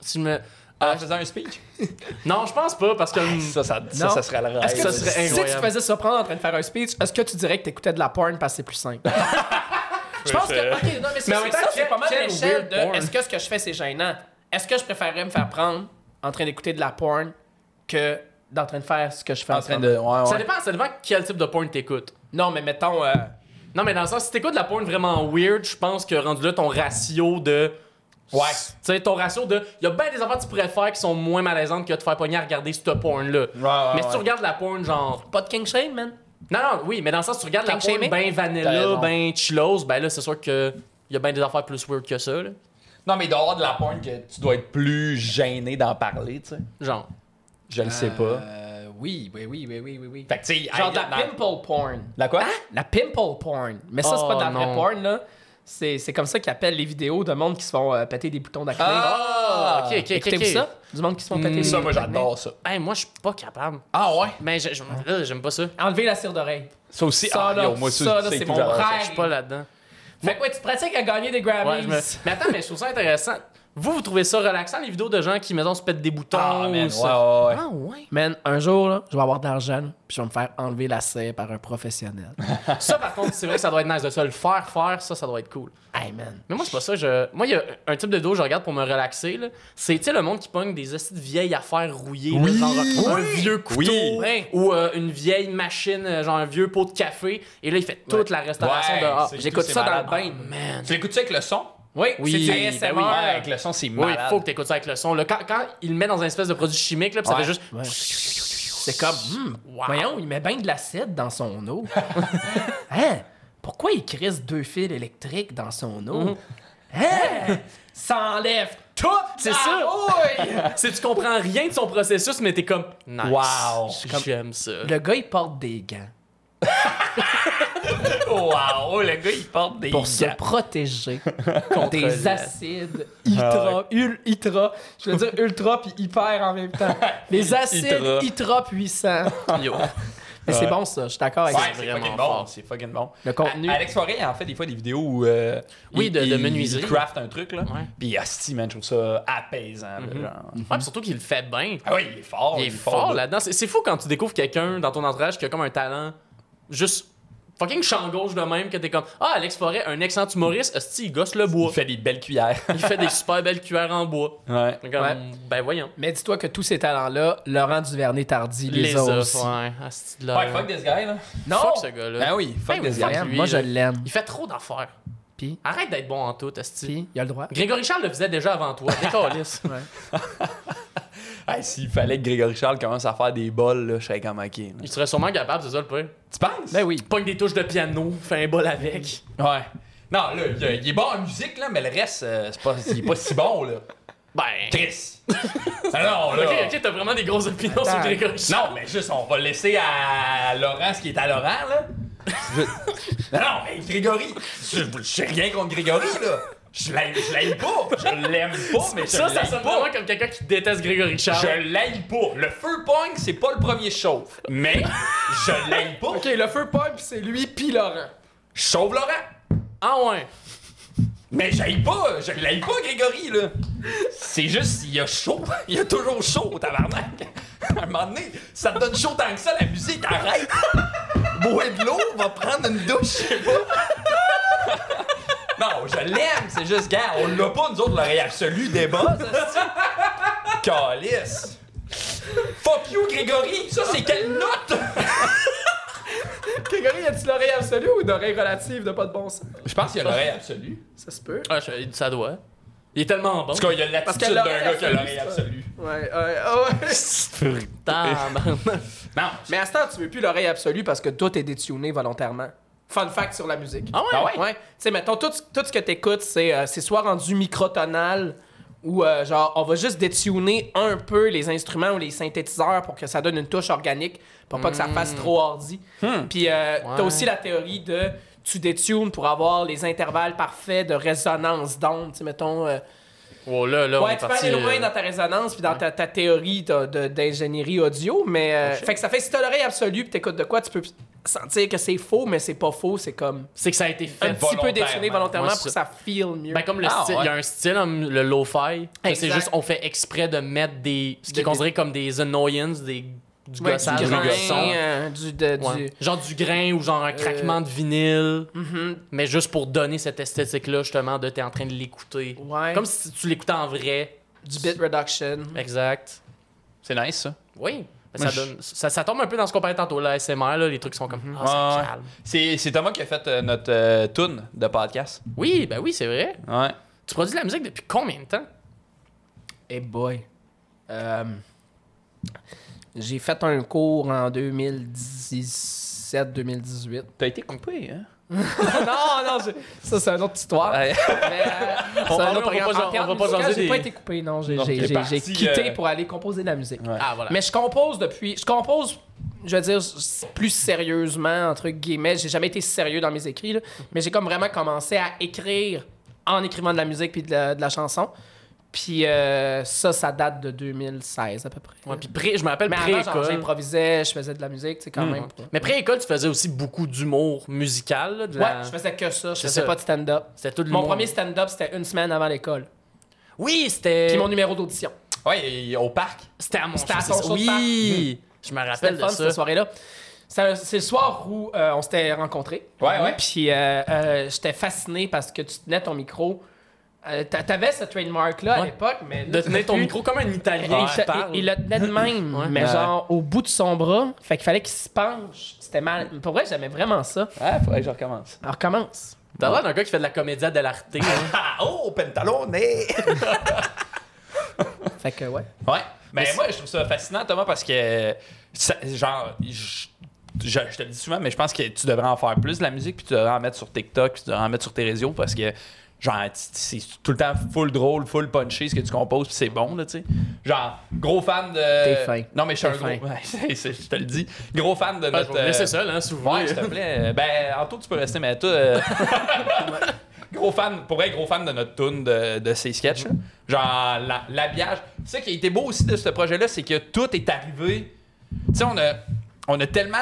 Si je me-
en faisant un speech?
Non, je pense pas parce que
Ah. Ça, ça, ça,
Non.
ça serait le rêve.
Est-ce que
ça
tu-
serait
si tu te
incroyable.
faisais surprendre en train de faire un speech, est-ce que tu dirais que t'écoutais de la porn parce que c'est plus simple? je pense que. Ok, non, mais c'est
Mais en même
ça,
temps,
c'est pas mal
quel- quel
l'échelle
weird
de
porn?
est-ce que ce que je fais c'est gênant? Est-ce que je préférerais me faire prendre en train d'écouter de la porn que d'en train de faire ce que je fais en,
en train de. Ouais,
ça
ouais.
dépend, ça dépend quel type de porn t'écoutes.
Non, mais mettons. euh,
Non, mais dans le sens, si t'écoutes de la porn vraiment weird, je pense que rendu là, ton ratio de.
Ouais.
Tu sais, ton ratio de. Il y a bien des affaires que tu pourrais faire qui sont moins malaisantes que de te faire pogner à regarder cette porn-là.
ouais,
mais si tu
ouais.
regardes la porn, genre.
Pas de king shame, man.
Non, non, oui, mais dans le sens, si tu regardes la
King
porn
shaming?
ben
T'as
vanilla,
raison.
ben chillos, ben là, c'est sûr que. Il y a bien des affaires plus weird que ça, là.
Non, mais il doit y avoir de la pointe que tu dois être plus gêné d'en parler, tu sais.
Genre.
Je le sais pas.
Euh, oui, oui, oui, oui, oui, oui. oui.
Fait que, tu sais,
Genre
hey,
de la
dans-
pimple porn.
La quoi?
La pimple porn. Mais ça, c'est
Oh,
pas de la vraie
non.
porn, là. C'est c'est comme ça qu'ils appellent les vidéos de monde qui se font euh, péter des boutons d'acné.
Ah!
ok, ok, ok.
Écoutez-vous
ok.
Hmm. ça? Du monde qui se font péter des
Ça,
boutons
moi,
d'acné.
j'adore ça.
Hey, moi, je suis pas capable.
Mm. Ah ouais?
Mais je- je- là, j'aime pas ça.
Enlever la cire d'oreille.
Ça aussi,
Ça,
ah,
là,
yo, moi, ça,
ça, là, c'est
tout,
mon
j'adore ça.
rêve.
Je suis pas là-dedans.
Fait que ouais, tu te pratiques à gagner des Grammys.
Ouais, je me- Mais attends, mais je trouve ça intéressant. Vous, vous trouvez ça relaxant, les vidéos de gens qui, mettons, se pètent des boutons
Ah, man,
ou
ouais,
ça?
ouais, ouais.
Ah, ouais.
Man, un jour, là, je vais avoir de l'argent, là, puis je vais me faire enlever la cire par un professionnel.
Ça, par contre, c'est vrai que ça doit être nice de se le faire faire, ça, ça doit être cool.
hey, man.
Mais moi, c'est pas ça. Je... Moi, il y a un type de vidéo que je regarde pour me relaxer. là. C'est, tu sais, le monde qui pogne des hosties de vieilles affaires rouillées. là,
Oui.
genre un
Oui.
vieux couteau
Oui.
hein, ou euh, une vieille machine, euh, genre un vieux pot de café. Et là, il fait toute la restauration
Ouais,
dehors.
c'est-
J'écoute
tout,
ça dans
malade.
le bain.
Man.
Tu l'écoutes-tu avec le son?
Oui,
Oui,
c'est
ben
du ASMR.
oui.
Ouais, avec le son, c'est
Oui,
malade.
il faut que t'écoutes ça avec le son. là. Quand, quand il le met dans un espèce de produit chimique, là, pis ça
Ouais.
fait juste...
Ouais. C'est comme, hmm,
Wow.
voyons, il met bien de l'acide dans son eau. hein? Pourquoi il crisse deux fils électriques dans son eau? Hein? Ça enlève tout!
C'est
Ah,
ça.
la houille!
C'est tu comprends rien de son processus, mais t'es comme nice.
Wow.
J'aime ça.
Le gars, il porte des gants
Wow, le gars, il porte des.
pour se
gants.
protéger contre des
le-
acides ultra, ul- ultra, je veux dire ultra puis hyper en même temps. Les acides
Ultra.
ultra puissants.
Yo.
Mais c'est
Ouais.
bon, ça. Je suis d'accord avec
Ouais,
ça.
c'est
vraiment
fucking bon.
fort.
C'est fucking bon.
Le contenu.
A- Alex Forêt, en fait, des fois des vidéos où. euh,
Oui,
il-
de- de
il-
menuiserie.
Il craft un truc, là.
Ouais.
Puis, hostie, man, je trouve ça apaisant. là, genre.
Ouais, puis surtout qu'il le fait bien.
Ah oui, il est fort.
Oh,
il est fort là-dedans. C'est- C'est fou quand tu découvres quelqu'un dans ton entourage qui a comme un talent juste fucking champ gauche de même que t'es comme Ah, Alex Forêt, un excellent humoriste, hostie, il gosse le
Il
bois.
fait des belles cuillères.
Il fait des super belles cuillères en bois.
ouais.
Comme,
Ouais.
Ben voyons.
Mais dis-toi que tous ces talents-là, Laurent Duvernay-Tardy les, a
os,
aussi.
ouais. Hostie de la-
Ouais, fuck this guy, là.
Non!
Fuck ce gars-là.
Ben oui, fuck
Euh, Ben
this
oui,
guy.
fuck
Vraiment,
lui,
moi, je
là.
l'aime.
Il fait trop d'affaires.
Puis,
Arrête d'être bon en tout, hostie.
puis, il a le droit.
Grégory Charles le faisait déjà avant toi. Décalisse.
Ouais.
Hey, S'il fallait que Grégory Charles commence à faire des bols, là, je serais comme ok. là.
Il serait sûrement capable, c'est ça le pire.
Tu penses?
Ben oui.
Il pogne des touches de piano, fait un bol avec.
Ouais. Non, là, il, il est bon en musique, là, mais le reste, euh, c'est pas, il est pas si bon, là.
Ben.
Chris! Alors,
Ok, ok, t'as vraiment des grosses opinions
Attends.
sur Grégory Charles.
Non, mais juste, on va laisser à Laurent ce qui est à Laurent, là. Je- Non, non, mais Grégory, je je sais rien contre Grégory, là. Je l'aime, je l'aime pas. Je l'aime pas, mais je
Ça, ça
l'aime
sonne
pas.
vraiment comme quelqu'un qui déteste Grégory Charles.
Je l'aime pas. Le feu pogne, c'est pas le premier chauve. Mais, je l'aime pas.
le feu Paul, puis c'est lui, puis Laurent.
Chauve Laurent.
Ah ouais.
Mais j'aime pas, je l'aime pas, Grégory, là. C'est juste, il a chaud. Il a toujours chaud, au tabarnak. À un moment donné, ça te donne chaud tant que ça, la musique, arrête. Bois de l'eau, va prendre une douche, je sais pas. Non, je l'aime, c'est juste, gars, on l'a pas, nous autres, l'oreille absolue des
Ah,
boss, hostie. Calice. Fuck you, Grégory, ça, c'est quelle note?
Grégory, y a-tu l'oreille absolue ou une oreille relative de pas de bon sens?
Je pense qu'il a l'oreille absolue.
Ça se peut.
Ah, je- ça doit. Il est tellement bon.
En tout cas, il a l'attitude d'un
l'oreille
gars qui a l'oreille absolue.
absolue, Ouais, ouais, oh, ouais.
Ah,
Tabarnak.
Non,
Mais à ce temps, tu veux plus l'oreille absolue parce que tout est détuné volontairement. Fun fact sur la musique.
Ah ouais?
Ah ouais?
Ouais. Tu sais, mettons, tout, ce- tout ce que t'écoutes, c'est euh, c'est soit rendu microtonal ou euh, genre, on va juste détuner un peu les instruments ou les synthétiseurs pour que ça donne une touche organique, pour pas que ça fasse trop ordi. Puis euh, t'as aussi la théorie de tu détunes pour avoir les intervalles parfaits de résonance d'onde. Tu sais, mettons. euh,
Wow, Oh, là, là, on
ouais,
est
tu peux
parti.
aller loin
euh,
dans ta résonance puis dans ta, ta théorie de- de- d'ingénierie audio, mais. euh, fait que ça fait si t'as l'oreille absolue puis t'écoutes de quoi, tu peux sentir que c'est faux, mais c'est pas faux, c'est comme
C'est que ça a été fait.
un petit peu détourné volontairement
Ouais,
pour que ça feel mieux.
Ben, comme le
Ah,
style,
ouais.
il y a un style, hum, le lo-fi. que C'est
Exact.
juste, on fait exprès de mettre des. Ce qui
Des-
est considéré comme des annoyances, des. Du
Ouais,
gossage,
du
du
grain,
gosson.
euh, du, de- du- Euh,
Ouais. Genre du grain ou genre un craquement de vinyle,
mm-hmm.
mais juste pour donner cette esthétique-là, justement, de t'es en train de l'écouter.
Ouais. Mm-hmm.
Comme si tu l'écoutais en vrai.
du bit reduction.
Exact.
C'est nice, ça.
Oui. Mais ça,
Moi, je-
donne, ça, ça tombe un peu dans ce qu'on parlait tantôt, là, SMR, là, les trucs qui sont comme.
Mm-hmm.
Ah, ça
Ouais, ouais.
calme.
C'est, c'est Thomas qui a fait euh, notre euh, tune de podcast.
Oui, ben oui, c'est vrai.
Ouais.
Tu produis de la musique depuis combien de temps?
Hey boy. Euh, J'ai fait un cours en 2017-2018.
T'as été coupé, hein?
non, non, je- ça c'est une autre histoire.
Ouais.
Mais, euh, c'est
On- on- on va
un autre
pas
programme.
genre-
En théâtre
on va pas
musical,
jaser
J'ai
des-
pas été coupé, non. J'ai
Non,
j'ai-
t'es
j'ai-
parti,
j'ai quitté
euh,
pour aller composer de la musique.
Ah, voilà.
Mais je compose depuis. Je compose, je veux dire, s- plus sérieusement, entre guillemets. J'ai jamais été sérieux dans mes écrits, là. mais j'ai comme vraiment commencé à écrire en écrivant de la musique puis de la, de la chanson. Puis euh, ça, ça date de 2016 à peu près.
Ouais, puis pré- je me rappelle
mais avant, genre,
pré-école. Hmm.
j'improvisais, je faisais de la musique, tu sais, quand
Mm.
même.
Mais pré-école, tu faisais aussi beaucoup d'humour musical. là, de la-
Ouais, je faisais que ça. Je
C'est
faisais
ça.
pas de stand-up.
C'était tout le
Mon
monde. Euh,
premier stand-up, c'était une semaine avant l'école.
Oui, c'était.
Puis mon numéro d'audition.
Ouais, et- et au parc.
C'était à mon
C'était à
show, c'est
ton
ça.
show de
Oui. Je me
C'était
rappelle
le
de
fun,
ça.
cette soirée-là. Ça- C'est le soir où euh, on s'était rencontrés.
Ouais, ouais.
Puis euh, euh, j'étais fasciné parce que tu tenais ton micro. Euh, t'a- T'avais ce trademark-là à
Ouais.
l'époque, mais.
De tenir ton micro comme un
Et
Italien. qui
il,
parle.
il- il le tenait de même,
Ouais.
mais
Ouais.
genre au bout de son bras. Fait qu'il fallait qu'il se penche. C'était mal. Pour vrai, j'aimais vraiment ça.
Ah, faudrait que je recommence.
Alors commence.
T'as l'air d'un gars qui fait de la comédia dell'arte. hein.
Ah, oh, pantalone! eh!
Fait que ouais.
Ouais. Mais, moi, je trouve ça fascinant, Thomas, parce que, ça- genre, je, je- je te le dis souvent, mais je pense que tu devrais en faire plus de la musique, puis tu devrais en mettre sur TikTok, puis tu devrais en mettre sur tes réseaux, parce que, genre, t- t- c'est tout le temps full drôle, full punché ce que tu composes, puis c'est bon, là, tu sais. Genre, gros fan de.
T'es fin.
Non, mais je suis
T'es
un gros.
fin.
Ouais, c'est- c'est- je te le dis. Gros fan de
Ah, je
notre.
vais vous laisser
euh,
ça, là, si vous
Ouais,
voulez.
s'il te plaît. Ben, Anto, tu peux rester, mais toi. euh, gros fan, pour vrai, gros fan de notre tune de, de ces sketchs. là. Genre, la- l'habillage. Ce qui a été beau aussi de ce projet-là, c'est que tout est arrivé. Tu sais, on a, on a tellement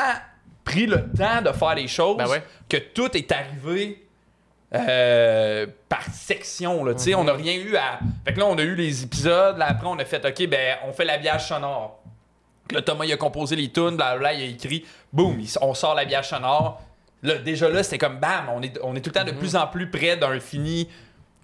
pris le temps de faire des choses,
Ben ouais.
que tout est arrivé euh, par section. Là, tu sais,
Mhm.
On n'a rien eu à. Fait que là, on a eu les épisodes, là, après, on a fait OK, ben, on fait l'habillage sonore. Là, Thomas, il a composé les tunes, blablabla, il a écrit, boum, il- on sort l'habillage sonore. Là, déjà là, c'était comme bam, on est, on est tout le temps de
Mhm.
plus en plus près d'un fini,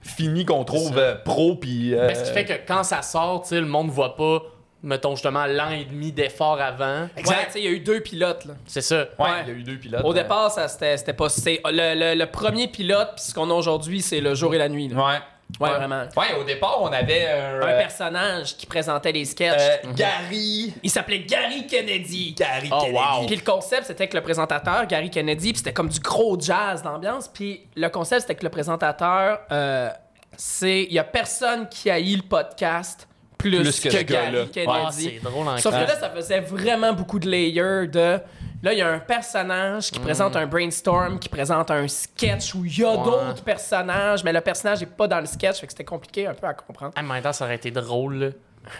fini qu'on trouve euh, pro, puis. euh,
Ben, ce qui fait que quand ça sort, tu sais, le monde voit pas, mettons justement, l'an et demi d'effort avant.
Ouais, tu sais, il y a eu deux pilotes. Là.
C'est ça.
Ouais,
ouais.
il y a eu deux pilotes.
Au
euh,
départ, ça c'était c'était pas. c'est- Le, le- le premier pilote, puis ce qu'on a aujourd'hui, c'est le jour et la nuit. là.
Ouais.
Ouais, vraiment.
Ouais, au départ, on avait un.
Un
euh,
personnage Mhm. qui présentait les
euh,
sketchs.
Gary.
Il s'appelait Gary Kennedy.
Gary
Oh,
Kennedy.
wow.
Puis le concept, c'était que le présentateur, Gary Kennedy, puis c'était comme du gros jazz d'ambiance. Puis le concept, c'était que le présentateur, euh, c'est. Il y a personne qui haït le podcast plus,
Plus
que,
que ce gars-là.
Gary
Ah,
Kennedy.
c'est drôle en
Sauf que là, ça faisait vraiment beaucoup de layers de. Là, il y a un personnage qui
Mm.
présente un brainstorm, qui présente un sketch où il y a d'autres personnages, mais le personnage n'est pas dans le sketch, fait que c'était compliqué un peu à comprendre.
Ah, mais en même temps, ça aurait été drôle. là.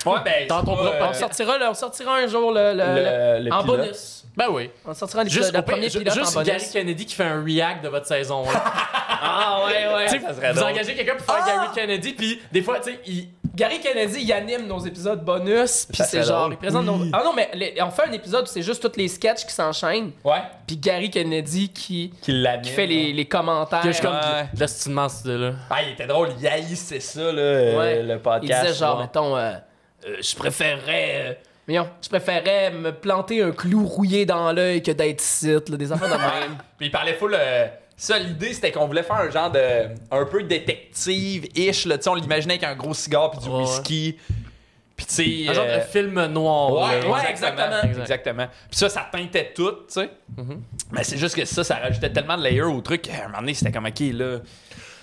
Ouais, ben,
Dans
c'est
ton
pas,
propre-
On sortira, le- on sortira un jour le,
Le-
le- le-
le
euh, en
pilote.
bonus.
Ben oui.
On sortira les-
Juste,
le
au pire,
premier
ju-
pilote
juste
en bonus.
Gary Kennedy qui fait un react de votre saison. là.
Ah ouais, ouais. Ah!
Tu sais,
ça serait
vous
drôle.
engagez quelqu'un pour faire Gary Kennedy, puis des fois, tu sais, il.
Gary Kennedy, il anime nos épisodes bonus, puis
Ça
c'est
serait
genre,
drôle.
il présente nos...
Oui.
Ah non, mais les- on fait un épisode où c'est juste tous les sketchs qui s'enchaînent,
Ouais.
puis Gary Kennedy qui,
Qui l'anime.
qui fait les, les commentaires.
Je suis comme.
Ouais.
Là, c'est une immense, là.
Ah, il était drôle, il haïssait ça, là, euh,
Ouais.
le
Il
podcast.
disait genre,
ouais.
mettons, euh, Euh, je préférerais... euh, voyons, je préférerais me planter un clou rouillé dans l'œil que d'être site, des affaires de même.
Puis il parlait full. euh, Ça, l'idée, c'était qu'on voulait faire un genre de. un peu détective-ish, là. Tu sais, on l'imaginait avec un gros cigare puis du
Ouais, ouais.
whisky. Puis tu sais.
Un genre
euh,
de film noir.
Ouais,
là.
ouais, exactement.
Exact. Mm-hmm.
Exactement. Puis ça, ça teintait tout, tu sais. Mais c'est juste que ça, ça rajoutait tellement de layers au truc qu'à un moment donné, c'était comme, OK, là,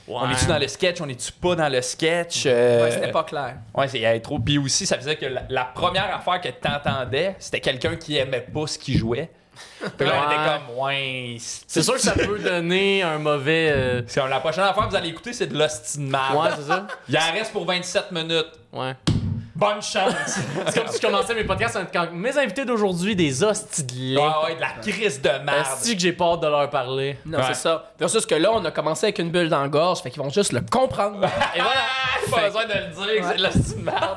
on
Ouais.
est-tu dans le sketch, on est-tu pas dans le sketch? euh,
Ouais, c'était pas clair.
Ouais, c'est- il y avait trop. Puis aussi, ça faisait que la, la première affaire que t'entendais, c'était quelqu'un qui aimait pas ce qu'il jouait. Puis là, on
Ouais.
était comme, ouais.
C'est sûr que ça peut donner un mauvais. euh,
Parce que La prochaine affaire que vous allez écouter, c'est de l'ostinement.
Ouais, c'est ça.
Il en reste pour 27 minutes.
Ouais.
Bonne chance!
C'est comme si je commençais mes podcasts en quand mes invités d'aujourd'hui, des hosties de lait.
ouais, ouais, de la crise de merde.
Hosties que j'ai peur de leur parler.
Non,
Ouais.
c'est ça. Versus que là, on a commencé avec une bulle dans la gorge, fait qu'ils vont juste le comprendre.
Et voilà!
Pas besoin de le dire, c'est de l'hostie de merde.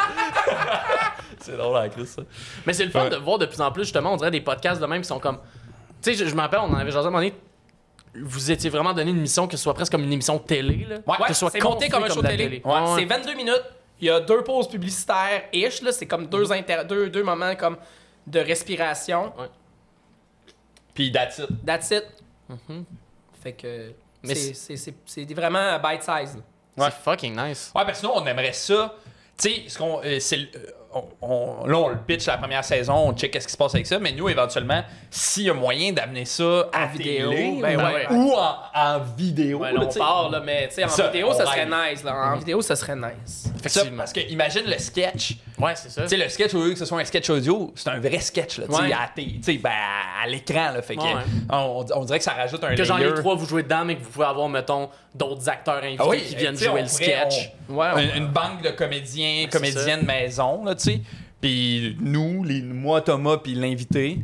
c'est drôle, la crise, ça.
Mais c'est le fun
Ouais.
de voir de plus en plus, justement, on dirait des podcasts de même qui sont comme. Tu sais, je, je me rappelle, on en avait jasé à un moment donné. Vous étiez vraiment donné une mission que ce soit presque comme une émission de télé, là.
Ouais,
que ce soit
c'est
construit
monté comme un show
de la
télé.
Ouais, ouais.
C'est 22 minutes. Il y a deux pauses publicitaires ish. là. C'est comme deux, inter- deux, deux moments comme de respiration.
Puis that's it.
That's it. Fait que.
Mm-hmm. Mais
c'est- c'est- C'est c'est des- vraiment bite size. là.
C'est fucking nice.
Ouais, parce que sinon, on aimerait ça. Tu sais, ce qu'on. euh, c'est le- euh, on- on- là, on le pitch la première saison, on check qu'est-ce qui se passe avec ça, mais nous, éventuellement, s'il y a moyen d'amener ça à
vidéo,
télé,
ben
ou-
ouais.
ou en, en vidéo.
Ouais, là,
là,
on
tu sais.
part, là, mais tu sais, en
Ça,
vidéo,
on
ça serait
rêve.
nice. là.
Mm-hmm.
En vidéo, ça serait nice.
Ça,
Effectivement.
parce que imagine le sketch.
Ouais, c'est ça.
Tu sais, le sketch, au lieu que ce soit un sketch audio, c'est un vrai sketch, là, tu sais,
Ouais.
à, la télé, tu sais, ben, à l'écran, là, fait que,
Ouais.
on, on dirait que ça rajoute un
que genre les
layer.
trois, vous jouez dedans, mais que vous pouvez avoir, mettons, d'autres acteurs invités
Ah oui,
qui viennent
tu sais,
jouer
on
le
pourrait-
sketch.
on-
Ouais, on-
une, une banque de comédiens,
c'est
comédiennes maison, là, tu sais. Puis nous, les, moi, Thomas, puis l'invité.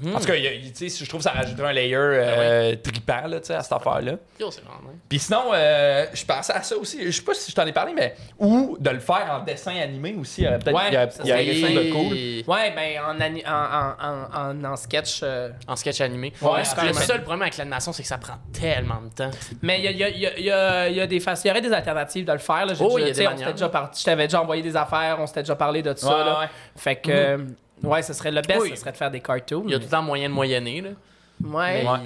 Hmm.
En tout cas, il y a- il- tu sais, je trouve que ça rajouterait un layer
Ah
euh, tripant, là, tu sais, à cette affaire-là.
Yo, c'est vraiment nice.
Puis sinon, euh, je pensais à ça aussi. Je sais pas si je t'en ai parlé, mais... Ou de le faire en dessin animé aussi. Il y aurait peut-être
Ouais,
il y aurait-
ça
il y aurait
serait-
quelque chose de cool.
Ouais, ben en, ani- en, en, en, en- en sketch. euh,
En sketch animé.
Ouais,
Ouais,
c'est quand
le
même-
seul problème avec l'animation, c'est que ça prend tellement de temps.
Mais il y a, il y a- il y a- il y a- il y a des façons, il y aurait des alternatives de le faire. Là. J'ai
Oh,
déjà-
il y a des
tu sais, on
manières.
s'était déjà par- Je t'avais déjà envoyé des affaires, on s'était déjà parlé de ça.
Ouais,
là.
ouais.
Fait que, euh, ouais, ce serait le best,
Mm-hmm. Oui.
ce serait de faire des cartoons.
Il y a tout le temps moyen de moyenner, là.
Ouais.
Mais-
Ouais.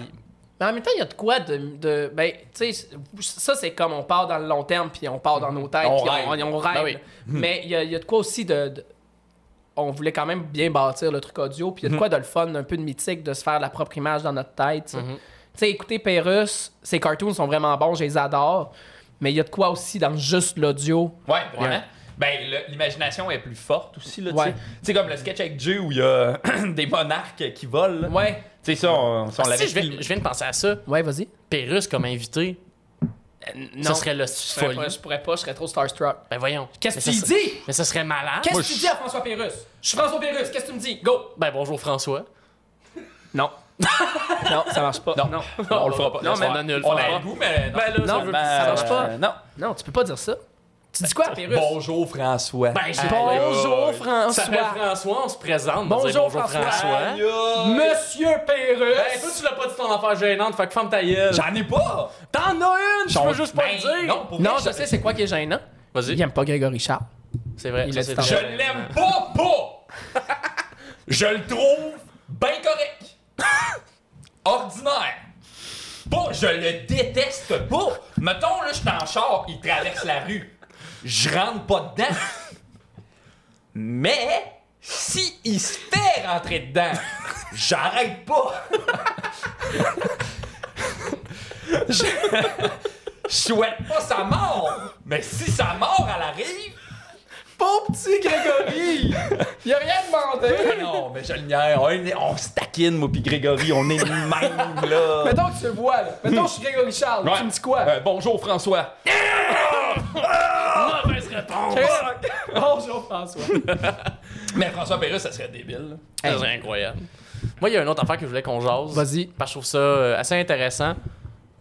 Mais en même temps, il y a de quoi de. de- ben, tu sais, ça, c'est comme on part dans le long terme, puis on part dans nos têtes,
On
puis
rêve.
Mhm. on, on, rêve.
Ben oui.
Mais il y, a- il y a de quoi aussi de. de- on voulait quand même bien bâtir le truc audio, puis il y a de quoi de le fun, un peu de mythique, de se faire la propre image dans notre tête. Tu sais. Tu sais, écoutez Pérus, ses cartoons sont vraiment bons, je les adore. Mais il y a de quoi aussi dans juste l'audio.
Ouais, vraiment. Ben, le- l'imagination est plus forte aussi, là, tu sais.
Ouais.
Tu sais, comme le sketch avec Jay où il y a des monarques qui volent, là.
Ouais.
Tu sais, ça, on, ça, on
Ah,
l'avait
si, je, viens,
filmé.
je viens de penser à ça.
Ouais, vas-y.
Pérus comme invité, ça Euh, serait le
Je pourrais,
folie.
pas, je pourrais pas, je serais trop starstruck.
Ben voyons.
Qu'est-ce
Mais
que
ça
tu
serait-
dis?
Mais ça serait malade.
Qu'est-ce
Moi,
que tu
je-
dis à François Pérus? Je suis François Pérus, qu'est-ce que tu me dis? Go!
Ben bonjour François.
Non. non, ça marche pas.
Non.
non.
Non, on le fera pas.
Non, mais on annule,
on
ça
a
va.
le goût, mais.
Ben là, ça
Non,
veut-
ben,
ça marche pas.
euh, Non.
Non, tu peux pas dire ça. Tu dis quoi à Pérus?
Bonjour François.
Ben, j'ai-
Aïe,
bonjour,
aïe.
Ça s'appelle
François.
François, on se présente.
Bonjour,
on dit bonjour
François.
François.
Aïe,
Hein?
aïe.
Monsieur Pérus!
Ben, toi, tu l'as pas dit ton affaire gênante, fait que ferme ta gueule.
J'en ai pas!
T'en as une, je
Son-
peux juste pas
Ben,
le dire.
non, pour
non,
vrai,
je sais c'est quoi qui est gênant. Il
Vas-y,
aime pas Grégory Charles.
c'est vrai.
Il
ça,
a
c'est
dit-
Je
vrai.
l'aime pas, pas! je le trouve bien correct. Ordinaire. Pas, je le déteste pas. Mettons, là, je suis en char, il traverse la rue. Je rentre pas dedans. Mais, si il se fait rentrer dedans, j'arrête pas. je... je souhaite pas sa mort. Mais si sa mort, elle arrive,
Pauvre petit Grégory! Il a rien demandé!
Ah non, mais je le niaise. On, est- on se taquine, moi puis Grégory, on est même là.
Mettons que tu le vois, là. Mettons que je suis Grégory Charles.
Ouais.
Tu me dis quoi?
Euh, bonjour François.
Mauvaise réponse.
Eh! Euh, Bonjour François.
Mais François Pérus, ça serait débile. là.
Ça, C'est incroyable. Moi, il y a une autre affaire que je voulais qu'on jase.
Vas-y.
Parce que je trouve ça euh, assez intéressant.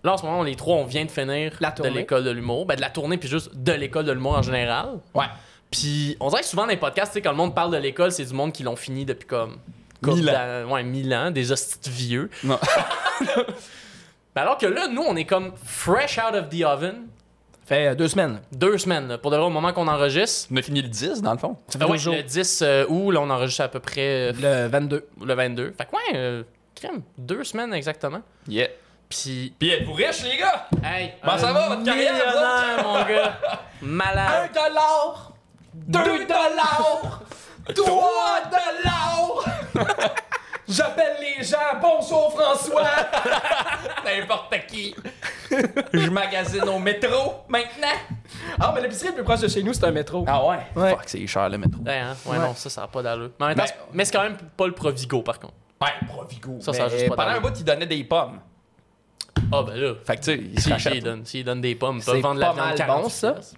Là, en ce moment, les trois, on vient de finir
La
de
tournée.
l'école de l'humour. Ben, de la tournée, puis juste de l'école de l'humour en général.
Ouais.
Puis, on dirait que souvent dans les podcasts, tu sais, quand le monde parle de l'école, c'est du monde qui l'ont fini depuis comme.
Mille
couple d'an- Ouais, mille ans, des hosties de vieux.
Non.
Ben alors que là, nous, on est comme fresh out of the oven.
fait euh, deux semaines.
Deux semaines, là, pour de vrai, au moment qu'on enregistre.
On a fini le 10, dans le fond.
Ça fait
Ah
deux
ouais,
jours.
le 10 euh, août, là, on enregistre à peu près euh,
Le 22.
le 22. Fait que ouais, euh, crème, deux semaines exactement.
Yeah.
Puis,
Puis êtes-vous riche, les gars?
hey,
Comment ça
un
va, votre carrière, vous
millionnaire, mon gars. Malade.
dollar! Deux dollars! Trois dollars!
J'appelle les gens. Bonjour François.
N'importe qui. Je magasine au métro, maintenant.
Ah, mais l'épicerie la plus proche de chez nous, c'est un métro.
Ah ouais?
Ouais.
Fuck, c'est cher, le métro.
Ouais, hein? ouais,
Ouais.
non, ça, ça n'a pas d'allure. Mais, en même temps,
Ben-
c'est- mais c'est quand même pas le Provigo, par contre.
Ouais, Provigo.
Ça, ça a
Mais
juste pas
Pendant un
d'allure.
bout, il donnait des pommes.
Ah, ben là.
Fait que, tu sais, il
S'il
se
si,
rachète.
il donne, s'il donne des pommes, ils peuvent
C'est
vendre la
pas
viande
mal
48
bon, ça.
piastres.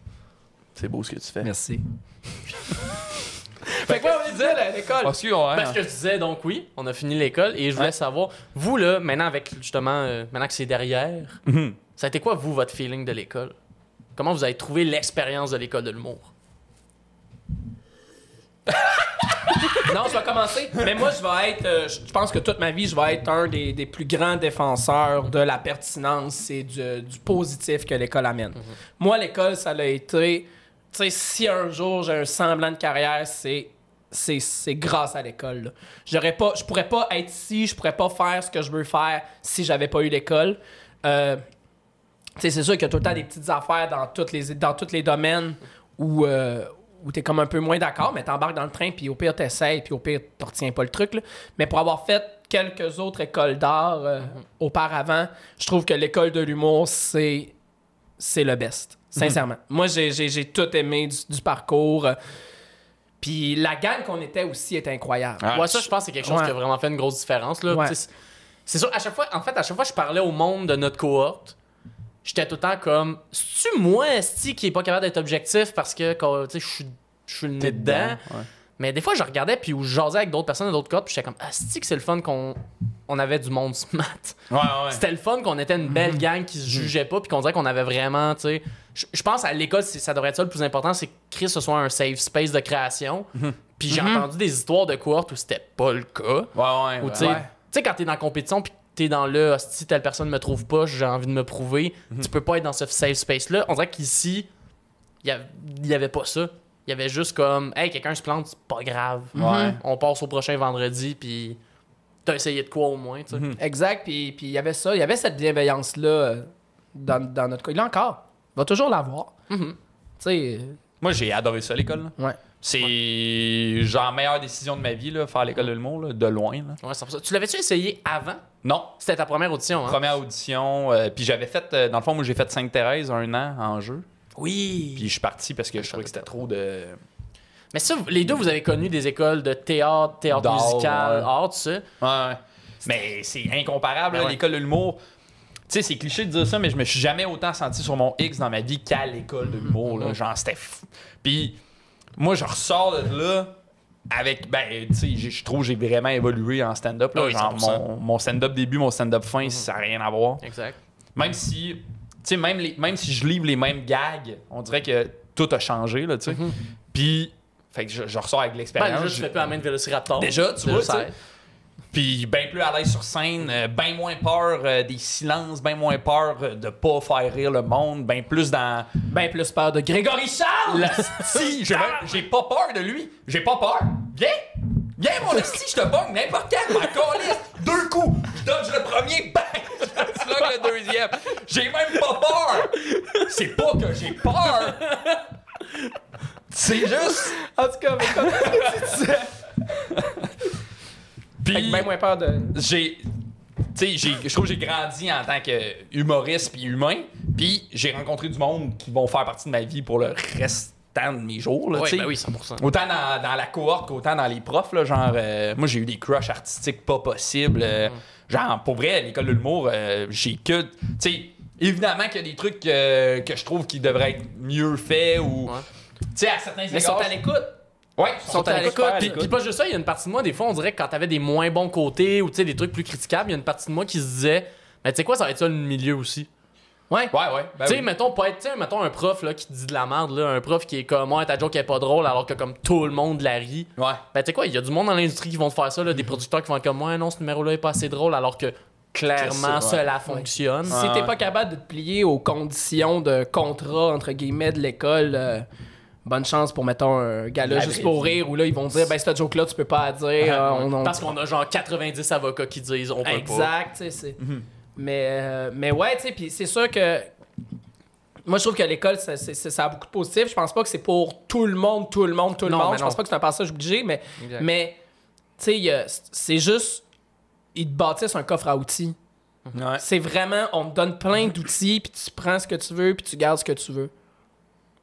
C'est beau ce que tu fais.
Merci. fait que quoi, on disait à l'école?
Parce que, Ah, ouais,
Parce que je disais, donc oui, on a fini l'école et je voulais savoir, vous là, maintenant avec justement, euh, maintenant que c'est derrière,
Mhm.
ça a été quoi, vous, votre feeling de l'école? Comment vous avez trouvé l'expérience de l'école de l'humour?
Ah, Non, je vais commencer. Mais moi, je vais être. euh, je je pense que toute ma vie, je vais être un des, des plus grands défenseurs de la pertinence et du, du positif que l'école amène. Moi, l'école, ça l'a été. Tu sais, si un jour j'ai un semblant de carrière, c'est. C'est, c'est grâce à l'école. là. J'aurais pas, je pourrais pas être ici, je pourrais pas faire ce que je veux faire si j'avais pas eu l'école. Euh, tu sais, c'est sûr qu'il y a tout le temps des petites affaires dans, toutes les, dans tous les domaines où, euh, où tu es comme un peu moins d'accord, mais t'embarques dans le train, puis au pire, t'essayes, puis au pire, tu retiens pas le truc. là. Mais pour avoir fait quelques autres écoles d'art euh, auparavant, je trouve que l'école de l'humour, c'est c'est le best, sincèrement. Moi, j'ai j'ai- j'ai tout aimé du, du parcours. euh, Puis la gang qu'on était aussi est incroyable.
Ah,
ouais, ça, je pense que c'est quelque chose
ouais.
qui a vraiment fait une grosse différence. Là.
Ouais.
Tu sais, c'est- C'est sûr, à chaque fois, en fait, à chaque fois que je parlais au monde de notre cohorte, j'étais tout le temps comme, c'est-tu moi, Esti, qui est pas capable d'être objectif parce que quand, tu sais, je suis- je suis le nez dedans? Mais des fois, je regardais, puis où je jasais avec d'autres personnes de d'autres cohortes, puis j'étais comme, Esti, que c'est le fun qu'on on avait du monde smart.
Ouais, ouais. Mhm.
C'était le fun qu'on était une belle gang qui se jugeait pas puis qu'on dirait qu'on avait vraiment, tu sais. Je je pense à l'école, c'est- ça devrait être ça le plus important, c'est que Chris ce soit un safe space de création. Puis j'ai entendu des histoires de cohortes où c'était pas le cas.
Mhm. Ouais, ouais.
Ou tu sais, tu sais, quand t'es dans la compétition puis t'es dans le si telle personne me trouve pas, j'ai envie de me prouver,
Mhm.
tu peux pas être dans ce safe space-là. On dirait qu'ici, il y, av- il y avait pas ça. Il y avait juste comme, hey, quelqu'un se plante, c'est pas grave.
Ouais.
On passe au prochain vendredi, puis t'as essayé de quoi au moins, tu sais.
Mhm.
Exact, puis puis il y avait ça, il y avait cette bienveillance-là euh, dans, dans notre cas. Il l'a encore, il va toujours l'avoir.
Mhm.
Tu sais,
Moi, j'ai adoré ça, l'école. là.
euh, ouais.
C'est genre meilleure décision de ma vie, là, faire l'école de l'humour, là, de loin. là.
Ouais, 100%. Tu l'avais-tu essayé avant?
Non.
C'était ta première audition, hein?
Première audition, euh, puis j'avais fait, euh, dans le fond, moi j'ai fait Sainte-Thérèse un an en jeu,
Oui.
puis je suis parti parce que je trouvais que c'était trop de.
Mais ça, vous- les deux, vous avez connu des écoles de théâtre, théâtre
D'art,
musical,
ouais.
art, tout ça.
Ouais, ouais. Mais c'est incomparable,
Ben
là,
ouais.
l'école de l'humour. Tu sais, c'est cliché de dire ça, mais je me suis jamais autant senti sur mon X dans ma vie
Mm-hmm.
qu'à l'école de l'humour. là. Genre, c'était fou. Puis, moi, je ressors de là. avec ben tu sais j'ai- je trouve que j'ai vraiment évolué en stand-up là.
Oui,
Genre,
100%.
mon, mon stand-up début mon stand-up fin
Mm-hmm.
ça n'a rien à voir
Exact.
même si tu sais même les- même si je livre les mêmes gags on dirait que tout a changé là tu sais puis fait que je, Euh, je ressors avec
Mhm. Ben,
l'expérience
déjà, tu fais plus la main de Velociraptor.
Déjà, tu
Déjà,
vois,
ça
tu sais.
aide.
puis bien plus à l'aise sur scène, euh, bien moins peur euh, des silences, bien moins peur euh, de pas faire rire le monde, bien plus dans
Ben plus peur de Grégory Charles!
la sti. J'ai
Ah!
même- J'ai pas peur de lui. J'ai pas peur. Viens! Viens, mon esti, je te pogne n'importe quand, ma calisse. Deux coups, je dodge le premier, bang! Je slug le deuxième. J'ai même pas peur! C'est pas que j'ai peur! C'est juste.
En tout cas, mais comme- Fait
Puis,
que ben moins peur de.
j'ai tu sais j'ai- je trouve que j'ai grandi en tant que humoriste puis humain puis j'ai rencontré du monde qui vont faire partie de ma vie pour le restant de mes jours là,
Oui,
tu sais.
ben oui, 100%.
Autant dans, dans la cohorte qu'autant dans les profs, là, genre, euh, moi j'ai eu des crushs artistiques pas possibles.
Mhm.
euh, Genre, pour vrai, à l'école de l'humour, euh, j'ai que. Tu sais, évidemment qu'il y a des trucs que, que je trouve qui devraient être mieux faits ou.
Ouais.
Tu sais, à certains égards.
Mais ils sont à l'écoute!
Ouais, ils
sont à l'écoute.
super
Puis, puis pas juste ça, il y a une partie de moi, des fois, on dirait que quand t'avais des moins bons côtés ou tu sais, des trucs plus critiquables, il y a une partie de moi qui se disait, mais tu sais quoi, ça va être ça le milieu aussi. Ouais.
Ouais, ouais. ben
tu sais,
oui.
mettons, pas être, tu sais, mettons un prof là, qui te dit de la merde, là, un prof qui est comme, ouais, ta joke est pas drôle alors que comme tout le monde la rit.
Ouais.
Ben, tu sais quoi, il y a du monde dans l'industrie qui vont te faire ça, là, des producteurs qui vont être comme, ouais, non, ce numéro-là est pas assez drôle alors que clairement
ouais.
cela fonctionne.
Ouais.
Si t'es pas capable de te plier aux conditions de contrat, entre guillemets, de l'école, euh, bonne chance pour, mettons, un gala
La
juste
vraie
pour rire, où là, ils vont dire, ben, cette joke-là, tu peux pas la dire. euh, on- on-
Parce qu'on a genre 90 avocats qui disent, on peut pas. Mhm.
Exact, tu sais, c'est. Mais, euh, mais ouais, tu sais, puis c'est sûr que. Moi, je trouve que l'école, ça, c'est- c'est- ça a beaucoup de positif. Je pense pas que c'est pour tout le monde, tout le monde, tout le
Non,
monde.
mais
Je pense
non.
pas que c'est un passage obligé, mais,
Exact.
mais tu sais, il y a- c'est juste. Ils te bâtissent un coffre à outils.
Ouais.
C'est vraiment, on te donne plein d'outils, puis tu prends ce que tu veux, puis tu gardes ce que tu veux.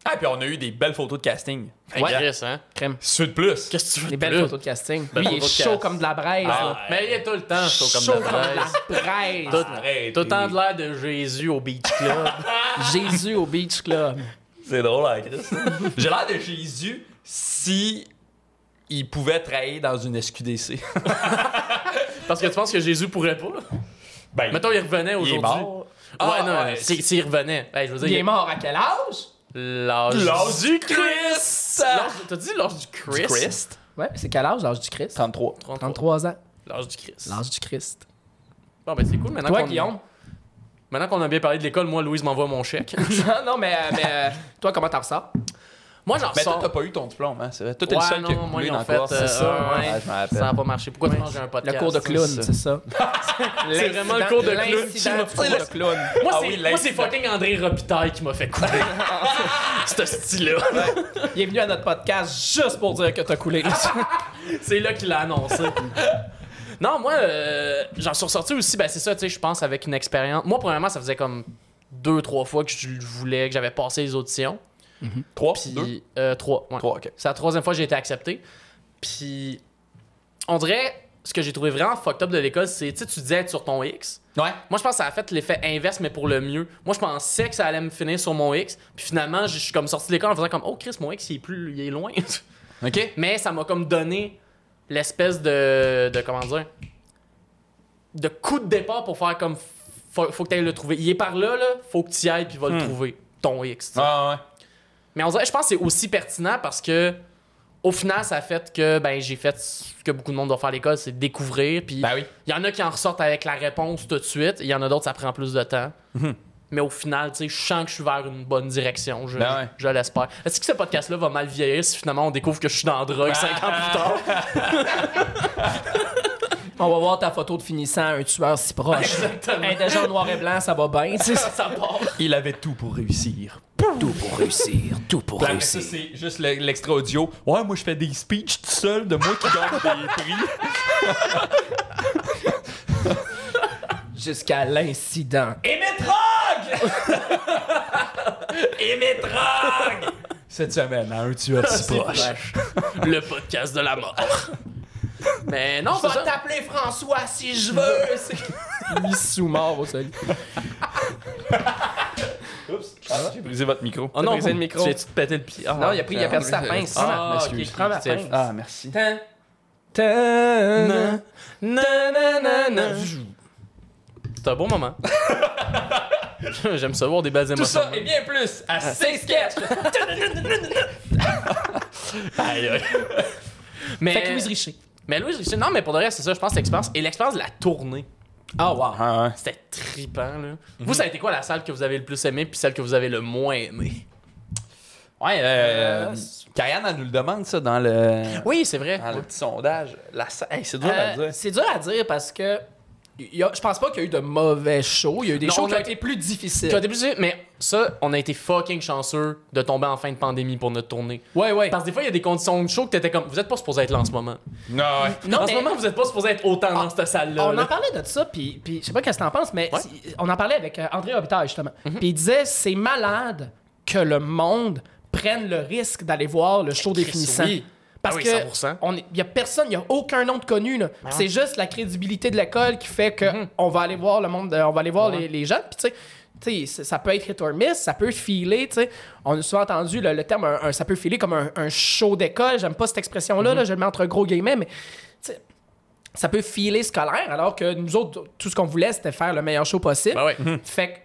Ah, puis on a eu des belles photos de casting.
Ouais, Chris, hein?
Crème.
Ceux de plus.
Qu'est-ce que tu veux
Des
de
belles
plus?
photos de casting.
Belles
Lui, il est
photos de
chaud
cast.
comme de la braise. là.
Ah,
Mais il est tout le temps chaud comme
chaud
de la braise.
braise.
Tout,
Arrêtez.
tout le temps de l'air de Jésus au Beach Club.
Jésus au Beach Club.
C'est drôle, hein, Chris. J'ai l'air de Jésus si il pouvait travailler dans une SQDC.
Parce que tu penses que Jésus pourrait pas?
Ben,
Mettons, il revenait
il est
aujourd'hui.
mort.
ouais,
Ah,
non,
ouais.
s'il s'il revenait. Hey, je veux dire,
Il est mort à quel âge?
L'âge.
L'âge du Christ!
L'âge- T'as dit l'âge du
Du
Christ?
Christ.
Ouais, c'est quel âge l'âge du Christ?
33.
33 ans.
L'âge du Christ.
L'âge du Christ.
Bon, ben c'est cool. Maintenant
Toi,
qu'on-
Guillaume?
Maintenant qu'on a bien parlé de l'école, moi, Louise m'envoie mon chèque.
non, non, mais, euh, mais, euh, toi, comment t'en ressors?
moi, j'en
Mais toi, Ben, t'as
sors.
pas eu ton diplôme, hein? C'est vrai. Toi, t'es
Ah, Ouais,
le seul qui a
non, moi,
coulé
ils
dans
ont
la
fait,
course.
euh,
C'est ça,
ouais.
ouais, je m'en rappelle.
Ça a pas marché. Pourquoi tu manges un podcast?
Le cours de clown, c'est ça.
C'est vraiment le cours de clown.
L'incident du
Tu
cours
sais,
de clown.
Moi,
Ah
c'est moi,
oui,
c'est
l'incident.
fucking André Robitaille qui m'a fait couler. Ce style-là.
Il est venu à notre podcast juste pour dire que t'as coulé.
C'est là qu'il l'a annoncé. non, moi, euh, j'en suis ressorti aussi, ben c'est ça, tu sais, je pense, avec une expérience. Moi, premièrement, ça faisait comme deux, trois fois que je le voulais, que j'avais passé les auditions.
3,
Puis, euh, trois. ouais.
3, ok.
C'est la troisième fois que j'ai été accepté. Puis, on dirait, ce que j'ai trouvé vraiment fucked up de l'école, c'est, tu sais, tu disais être sur ton X.
Ouais.
Moi, je pense que ça a fait l'effet inverse, mais pour le mieux. Moi, je pensais que ça allait me finir sur mon X. Puis finalement, je suis comme sorti de l'école en faisant comme, oh Chris, mon X, il est, plus, il est loin.
Ok.
Mais ça m'a comme donné l'espèce de, de. Comment dire De coup de départ pour faire comme. Faut, faut que t'ailles le trouver. Il est par là, là. Faut que tu ailles puis va le trouver. Ton X. tu sais.
Hmm. Ah, ouais.
Mais on dirait, je pense que c'est aussi pertinent parce que. Au final, ça a fait que ben, j'ai fait ce que beaucoup de monde doit faire à l'école, c'est découvrir. Puis
Ben oui.
il y en a qui en ressortent avec la réponse tout de suite. Il y en a d'autres, ça prend plus de temps. Mais au final, tu sais, je sens que je suis vers une bonne direction. Je,
Ben ouais.
je l'espère. Est-ce que ce podcast-là va mal vieillir si finalement on découvre que je suis dans la drogue 5 ans plus tard?
On va voir ta photo de finissant, un tueur si proche.
Exactement.
Hey, déjà en noir et blanc, ça va bien. tu sais.
ça part.
Il avait tout pour réussir.
Tout pour réussir, tout pour
Après ça,
réussir.
c'est juste le- l'extra audio. Ouais, moi, je fais des speeches tout seul de moi qui gagne des prix.
Jusqu'à l'incident.
Et mes drogues! Et mes drogues! Cette semaine, à un tueur si proche.
Le podcast de la mort. Mais non,
Je
c'est
vais
ça.
t'appeler François si je veux. Lui sous-mort au sol.
Oups. J'ai brisé Ah, votre micro.
Oh
T'as
non,
brisé le micro.
Tu tu te péter le pied. Ah,
Ah, Non, il a, pris, il a perdu sa pince.
Ah,
Ah, ok,
excuse,
je prends ma
excuse.
pince.
Ah, merci.
Tan,
Na,
tan,
na, na, na, na.
Jou.
C'est un beau moment. J'aime ça voir des belles
Tout
émotions.
ça et bien plus
Ah,
à 6 sketchs. Aïe, aïe.
mais,
Fait que Louise Richer.
mais Louise Richer, non, mais pour de vrai, c'est ça, je pense, l'expérience. Et l'expérience de la tournée.
Ah, wow.
C'était trippant, là. Vous, ça a été quoi la salle que vous avez le plus aimée puis celle que vous avez le moins aimée?
Ouais, euh, Kayane, elle nous le demande, ça, dans le,
Oui, c'est vrai.
dans le petit sondage. La sa- hey, c'est dur à
Euh,
dire.
C'est dur à dire parce que il y a- je pense pas qu'il y a eu de mauvais shows. Il y a eu des
Non,
shows
on
qui
a-
ont été plus difficiles.
Tu as été plus- Mais ça, on a été fucking chanceux de tomber en fin de pandémie pour notre tournée.
Ouais, ouais.
Parce que des fois, il y a des conditions de show que t'étais comme. Vous êtes pas supposé être là en ce moment.
Non, ouais.
en ce
Non, mais
moment, vous êtes pas supposé être autant dans cette salle-là.
on
là.
en parlait de ça, puis puis je sais pas qu'est-ce que t'en penses, mais
Ouais. Mhm.
si- on en parlait avec euh, André Robitaille, justement. Puis il disait, c'est malade que le monde prenne le risque d'aller voir le show définissant.
oui.
Parce
Ah oui,
que
100%.
on est- il y a personne, il y a aucun nom de connu. là.
Ah
C'est juste la crédibilité de l'école qui fait que
Mhm.
on va aller voir le monde, de- on va aller voir les, les gens. Puis tu sais, tu sais, c- ça peut être hit or miss, ça peut filer. tu sais. On a souvent entendu le, le terme, un- un- ça peut filer comme un, un show d'école. J'aime pas cette expression-là,
Mhm.
là, je le mets entre gros guillemets, mais tu sais, ça peut filer scolaire, alors que nous autres, tout ce qu'on voulait, c'était faire le meilleur show possible. Mhm.
Ben ouais.
Fait que.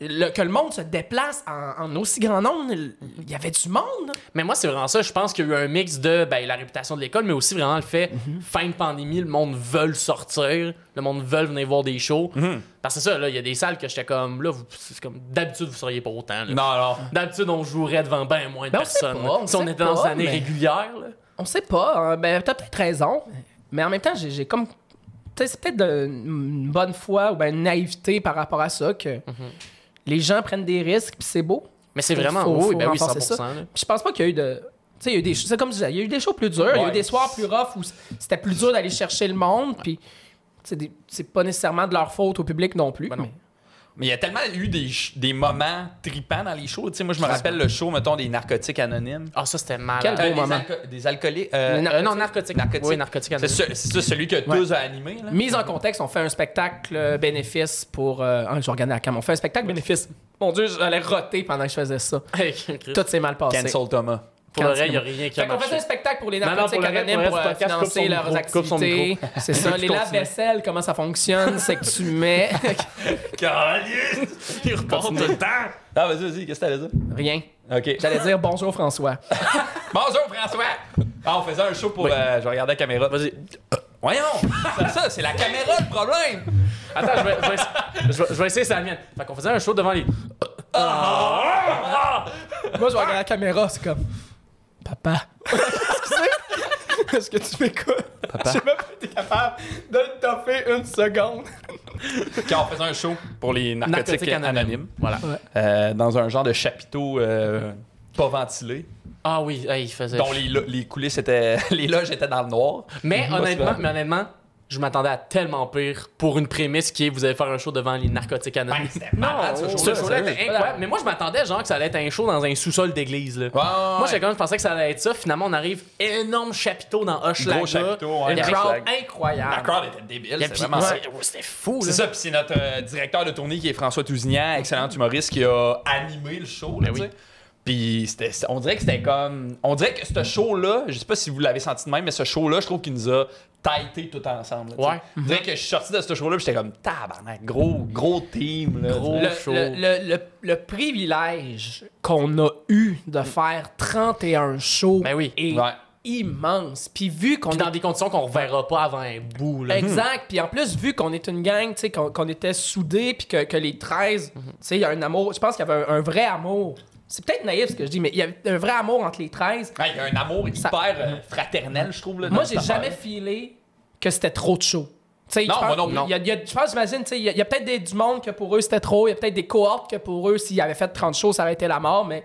le- que le monde se déplace en, en aussi grand nombre, il y avait du monde.
Mais moi, c'est vraiment ça. Je pense qu'il y a eu un mix de ben, la réputation de l'école, mais aussi vraiment le fait,
Mhm.
fin de pandémie, le monde veut sortir, le monde veut venir voir des shows.
Mhm.
Parce que ça, là, il y a des salles que j'étais comme, là, vous- c'est comme, d'habitude, vous seriez pas autant. là.
Non, non.
D'habitude, on jouerait devant ben moins de
Ben, on sait
personnes.
pas,
là.
on
si on
sait
était dans
pas,
une année
mais-
régulière, là.
On sait pas. hein. Ben, t'as peut-être raison. Mais en même temps, j'ai j'ai comme. Tu sais, c'est peut-être de- une bonne foi ou ben, une naïveté par rapport à ça que les gens prennent des risques, puis c'est beau.
Mais c'est
Faut-
vraiment,
faut-
oui,
faut
ben oui, 100%.
renforcer ça.
là.
Puis je pense pas qu'il y a eu de. Tu sais, il y a eu des. C'est comme je disais, il y a eu des shows plus durs, il y a eu
Ouais.
des soirs plus rough où c'était plus dur d'aller chercher le monde, puis. c'est des- C'est pas nécessairement de leur faute au public non
Ben
plus. mais-
Mais il y a tellement eu des, ch- des moments tripants dans les shows. Tu sais, moi, je me rappelle le show, mettons, des narcotiques anonymes.
Ah, ça, c'était mal.
Quel
Euh,
beau
des,
moment.
alco- des alcooliques.
Le
Euh,
nar-
Euh, non, narcotique.
Narcotique.
Oui, narcotique.
c'est ce- c'est ça, celui que tous a animé, là.
Mise en contexte, on fait un spectacle euh, bénéfice pour. Euh, ah, je regardais la cam. On fait un spectacle bénéfice. Mon Dieu, j'allais roter pendant que je faisais ça. Tout s'est mal passé.
Cancel Thomas.
Pour le vrai, il n'y a rien qui a
Fait qu'on faisait
marché.
un spectacle pour les
Non, non,
narcotiques
pour le reste,
anonymes
pour
pour
le
euh,
reste, podcast, coupe
financer
son
leurs
micro, coupe son
activités. C'est ça, les
Continue.
lave-vaisselle, comment ça fonctionne, c'est que tu mets
Calice! Il repart tout le temps! Ah, vas-y, vas-y, qu'est-ce que t'allais dire?
rien.
OK.
J'allais dire bonjour François.
Bonjour, François! Ah, on faisait un show pour... euh, je regardais la caméra. Vas-y. Voyons! C'est ça, c'est la caméra le problème!
Attends, je vais, je vais essa- je vais- je vais essayer ça mienne. Fait qu'on faisait un show devant les.
Moi je regarde la caméra, c'est comme papa. Est-ce que tu m'écoutes? Papa. Je sais même pas si t'es capable de le toffer une seconde.
Quand on faisait un show pour les narcotiques,
Narcotiques
anonymes,
anonymes.
voilà.
Ouais.
Euh, dans un genre de chapiteau euh, pas ventilé,
Ah oui, hey, il faisait.
dont les, lo- les coulisses étaient... les loges étaient dans le noir.
Mais
Moi,
honnêtement,
souvent.
mais honnêtement, je m'attendais à tellement pire pour une prémisse qui est vous allez faire un show devant les narcotiques anonymes.
Ben, malade, ce
ce
show-là,
show-là était
sérieux.
incroyable. Mais moi, je m'attendais genre que ça allait être un show dans un sous-sol d'église. là.
ouais,
Moi,
ouais.
j'étais comme, je pensais que ça allait être ça. Finalement, on arrive énorme chapiteau dans Hochelaga.
Gros chapiteau, ouais,
Une
Hochelaga.
crowd
La
incroyable.
crowd était débile,
Et
c'est
puis-
vraiment ça.
ouais, C'était fou.
C'est
là.
ça, puis c'est notre euh, directeur de tournée qui est François Tousignan, excellent humoriste qui a animé le show, là,
Ben oui.
tu sais. Puis c'était- c'est- on dirait que c'était comme. On dirait que ce show-là, je sais pas si vous l'avez senti de même, mais ce show-là, je trouve qu'il nous a tighté tout ensemble. là, tu sais.
Ouais.
On
Mhm.
dirait que je suis sorti de ce show-là, puis j'étais comme tabarnak, gros, gros team. Là,
Gros.
tu
le,
sais.
show.
le- le- le- le privilège qu'on a eu de faire 31 shows
Ben oui.
est
Ouais.
immense. Puis vu qu'on
Puis
est...
dans Mhm. des conditions qu'on reverra pas avant un bout. là.
Exact. Puis en plus, vu qu'on est une gang, tu sais, qu'on qu'on était soudés, puis que, que les 13,
Mhm.
tu sais, il y a un amour... Je pense qu'il y avait un, un vrai amour. C'est peut-être naïf ce que je dis, mais il y avait un vrai amour entre les 13.
Ouais, Il y a un amour
Ça-
hyper euh, fraternel, je trouve. Là,
Moi,
dans
j'ai
cette
jamais
affaire-là.
filé que c'était trop de show. Tu sais,
Non,
je pense-
moi non plus.
il y a- il y a- Je pense, j'imagine, tu sais, il y a, il y a peut-être des- du monde que pour eux c'était trop, il y a peut-être des cohortes que pour eux, s'ils avaient fait 30 shows, ça aurait été la mort, mais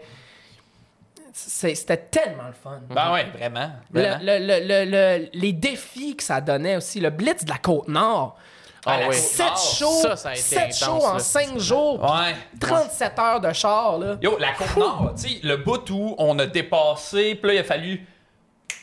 c'est- c'était tellement le fun.
Ben ouais, vraiment.
Le-
vraiment.
le- le- le- le- les défis que ça donnait aussi, le blitz de la Côte-Nord.
Ah
À la
oui.
7
Ah,
shows,
ça, ça a été
sept
intense,
shows en
là.
5 jours, puis
Ouais.
37 heures de char, là.
Yo, la Côte-Nord, tu sais, le bout où on a dépassé, puis là, il a fallu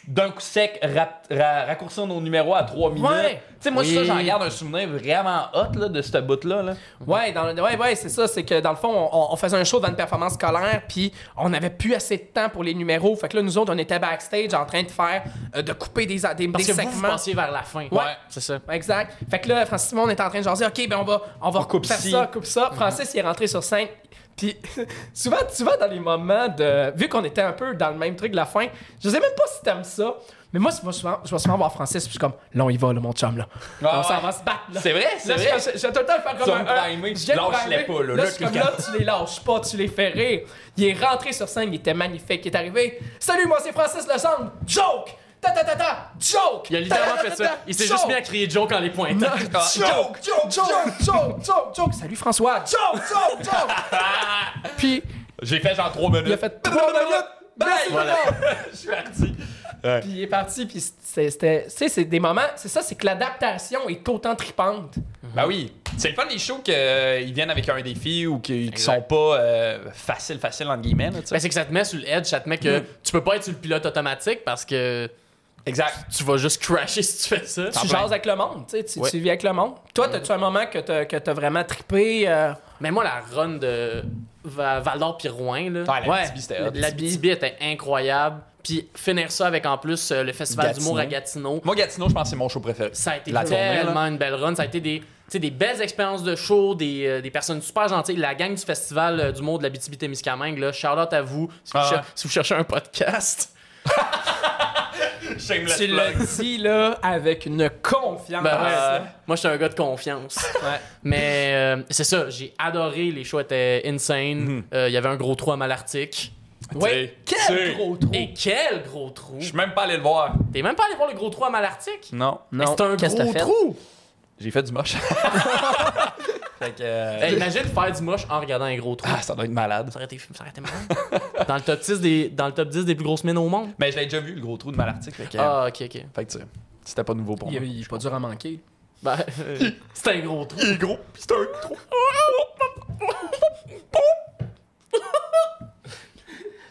d'un coup sec, ra- ra- raccourcir nos numéros à 3 minutes.
Ouais.
Tu sais, moi,
Oui.
ça, j'en garde un souvenir vraiment hot là, de ce bout-là. Là.
Ouais, dans le- ouais, ouais, c'est ça. C'est que dans le fond, on, on faisait un show devant une performance scolaire, puis on n'avait plus assez de temps pour les numéros. Fait que là, nous autres, on était backstage en train de faire, euh, de couper des, a- des,
Parce
des
que vous, vous
segments.
pensiez vers la fin.
Ouais.
C'est ça.
Exact. Fait que là, Francis Simon, on est en train de jaser. OK, ben on va, on va
coupe
faire
ci.
ça, coupe ça. Francis, il est rentré sur scène. Puis souvent, souvent, dans les moments de. Vu qu'on était un peu dans le même truc de la fin, je sais même pas si t'aimes ça. Mais moi, souvent- souvent- je vais souvent voir Francis, puis je suis comme, là, on y va, là, mon chum, là.
Ah
on s'en
ouais.
va se battre, là.
C'est vrai, c'est
Là,
vrai.
je- je- je vais tout le temps le faire comme
vas
un.
me
un-
primer.
je viens de
Lâche-les
primer.
pas, là.
Là,
Là,
je suis
tu
comme,
le
là, tu les lâches pas, tu les fais rire. Il est rentré sur scène, il était magnifique. Il est arrivé. Salut, moi, c'est Francis Lesanne. Joke! Ta ta ta ta! Joke!
Il a littéralement fait ça. Il s'est juste mis à
à
crier Joe quand les pointant.
Joke, joke, joke, joke, joke, joke. Salut François. Joke, joke, joke. Puis
J'ai fait genre 3 minutes.
il a fait trois minutes. Merci
Voilà.
tout le monde.
Je suis parti.
Puis il est parti. Puis c'est- c'était, tu sais, c'est des moments. C'est ça, c'est que l'adaptation est autant tripante.
Ben oui. C'est le fun des shows qu'ils viennent avec un défi ou qu'ils qui sont pas euh, faciles, faciles entre guillemets. Là, tu sais.
Ben, c'est que ça te met sur le edge, ça te met que
Mm.
tu peux pas être sur le pilote automatique parce que
exact.
tu vas juste crasher si tu fais ça.
Tu jases avec le monde. Tu, sais, tu,
Ouais.
tu vis avec le monde. Toi, t'as-tu un moment que t'as, que t'as vraiment trippé? euh,
Mais moi, la run de Va- Val d'Or puis Rouen, là,
Ouais, la Abitibi, c'était hot.
la Abitibi était incroyable. Puis finir ça avec en plus euh, le Festival
Gatineau.
d'humour à Gatineau.
Moi, Gatineau, je pense que c'est mon show préféré.
Ça a été
La tournée,
tellement une belle run. Ça a été des, tu sais, des belles expériences de show, des, euh, des personnes super gentilles. La gang du Festival euh, d'humour de la BTB-Témiscamingue, là, shout out à vous. Si vous,
Ah
cher-
ouais.
si vous cherchez un podcast,
Shameless
tu l'as dit là avec une confiance.
ben, ouais, moi, je suis un gars de confiance.
Ouais.
Mais euh, c'est ça, j'ai adoré. Les shows étaient insane. Euh, Il y avait un gros trou à Malartic.
Ouais.
Mhm. Tu sais,
Quel
tu-
gros trou.
Et quel gros trou!
Je suis même pas allé le voir.
T'es même pas allé voir le gros trou à Malartic?
Non.
Mais C'est un
Qu'est-ce que
gros
t'as fait?
trou!
J'ai fait du moche. fait que. euh,
Hey, imagine faire du moche en regardant un gros trou.
Ah, ça doit être malade.
Ça aurait été, ça aurait été malade. dans, le top 10 des, dans le top 10 des plus grosses mines au monde.
Mais je l'ai déjà vu, le gros trou de Malartic. Fait que, euh,
Ah, ok, ok.
fait que tu sais, c'était pas nouveau pour
Il,
moi.
il est pas dur à manquer.
Ben, euh, c'est un gros trou.
est gros, pis c'est un trou.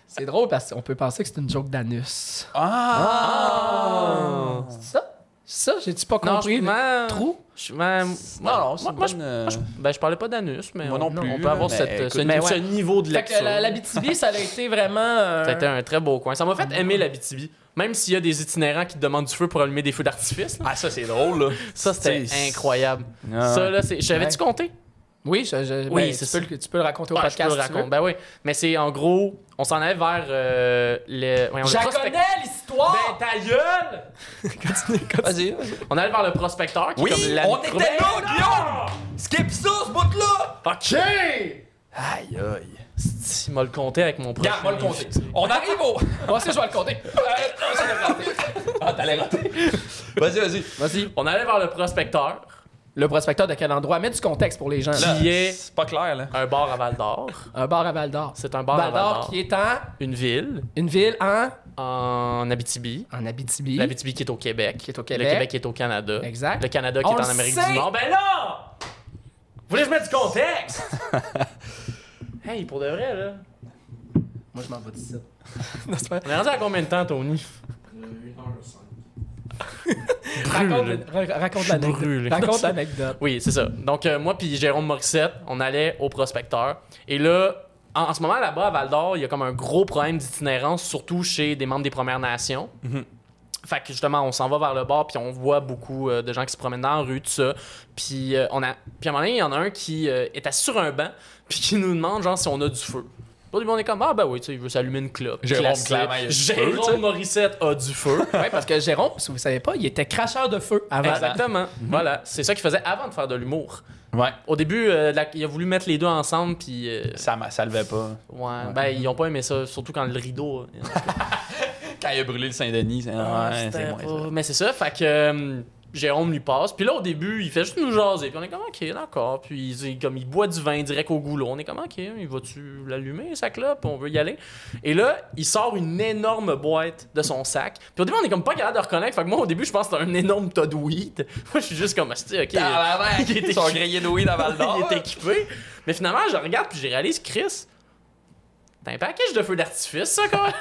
C'est drôle parce qu'on peut penser que c'est une joke d'anus.
Ah!
Ça? Ça, j'ai-tu pas
Ah. Non, je
compris?
suis
le
vraiment-
trou?
Je suis même-
Non, non, c'est
moi,
une
moi, je-
bonne, euh,
moi, je- ben, je parlais pas d'anus, mais
Moi
on,
non plus,
on peut avoir
mais
cette, euh,
écoute,
ce,
mais
ce
ouais.
niveau de
Fait que
lecture.
la, la BTB, ça a été vraiment... euh,
Ça a été un très beau coin. Ça m'a
Ah.
fait aimer la BTB. Même s'il y a des itinérants qui te demandent du feu pour allumer des feux d'artifice, là.
Ah, ça, c'est drôle, là.
ça c'était
C'est-
incroyable.
Ah.
Ça là, c'est- je t'avais-tu
Ouais.
compté?
Oui, je- je-
Oui,
ben,
c'est
tu, peux le, tu peux le raconter au
Ouais,
podcast.
je peux le
si tu
raconter. Ben oui. Mais c'est en gros, on s'en allait vers euh, le. voyons, le
veux. Je la
prospect-
connais l'histoire!
Ben ta gueule! Continue, continue.
Vas-y, vas-y.
On allait vers le prospecteur qui
Oui,
est comme la
on était là, Guillaume! Skip ça, ce bout-là!
OK!
Aïe, aïe.
Si, Ah, m'a le compté avec mon prochain.
Regarde, moi le compter. On arrive au.
Moi aussi, je vais le compter.
Ah, t'allais rater. Vas-y, vas-y.
Vas-y.
On allait vers le prospecteur,
Le prospecteur de quel endroit? Mets du contexte pour les gens.
Là. Qui est-
C'est pas clair, là.
un bar à Val d'Or.
Un bar à Val-d'Or.
C'est un bar à Val
Val-d'Or
d'Or.
qui est en...
Une ville
Une ville en...
en Abitibi.
En Abitibi.
L'Abitibi qui est au Québec.
Qui est au Québec.
Le Québec qui est au Canada.
Exact.
Le Canada qui
On
est en
le
Amérique
sait.
du Nord. Ben là! Vous voulez que je mette du contexte? hey, pour de vrai, là.
Moi, je m'en vais d'ici.
On est rendu à combien de temps, Tony?
Raconte, ra- raconte
Je suis brûlé.
l'anecdote. Raconte l'anecdote.
Oui, c'est ça. Donc, euh, moi puis Jérôme Morissette, on allait au prospecteur. Et là, en, en ce moment, là-bas, à Val d'Or, il y a comme un gros problème d'itinérance, surtout chez des membres des Premières Nations.
Mhm.
Fait que justement, on s'en va vers le bar, puis on voit beaucoup euh, de gens qui se promènent dans la rue, tout ça. Puis, euh, on a... puis à un moment donné, il y en a un qui euh, est assis sur un banc, puis qui nous demande, genre, si on a du feu. Puis on est comme, ah ben oui, tu sais, il veut s'allumer une clope.
Jérôme,
Classique.
clairement, il a du feu,
Jérôme
tu sais.
Morissette a du feu.
Oui, parce que Jérôme, si vous savez pas, il était cracheur de feu avant.
Exactement.
Mhm.
Voilà, c'est ça qu'il faisait avant de faire de l'humour.
Ouais.
Au début, euh, la- il a voulu mettre les deux ensemble, puis. euh,
Ça, m'a- ça levait pas.
ouais, ben, ils ont pas aimé ça, surtout quand le rideau. euh,
Quand il a brûlé le Saint-Denis, c'est. Ah, Ouais,
c'était
c'est moins
pas-
ça.
Mais c'est ça, fait que. euh, Jérôme lui passe. Puis là, au début, il fait juste nous jaser. Puis on est comme, OK, d'accord. Puis il- comme il boit du vin direct au goulot. On est comme, OK, il va-tu l'allumer, sa clope? On veut y aller. Et là, il sort une énorme boîte de son sac. Puis au début, on est comme pas capable de reconnaître. Fait que moi, au début, je pense que c'est un énorme tas de weed. Moi, je suis juste comme, Asti, OK.
Tabarnak!
Il était-
Ils sont grillés de weed à Val d'Or.
il est équipé. Mais finalement, je regarde puis je réalise, Chris, T'as un package de feu d'artifice, ça, quoi.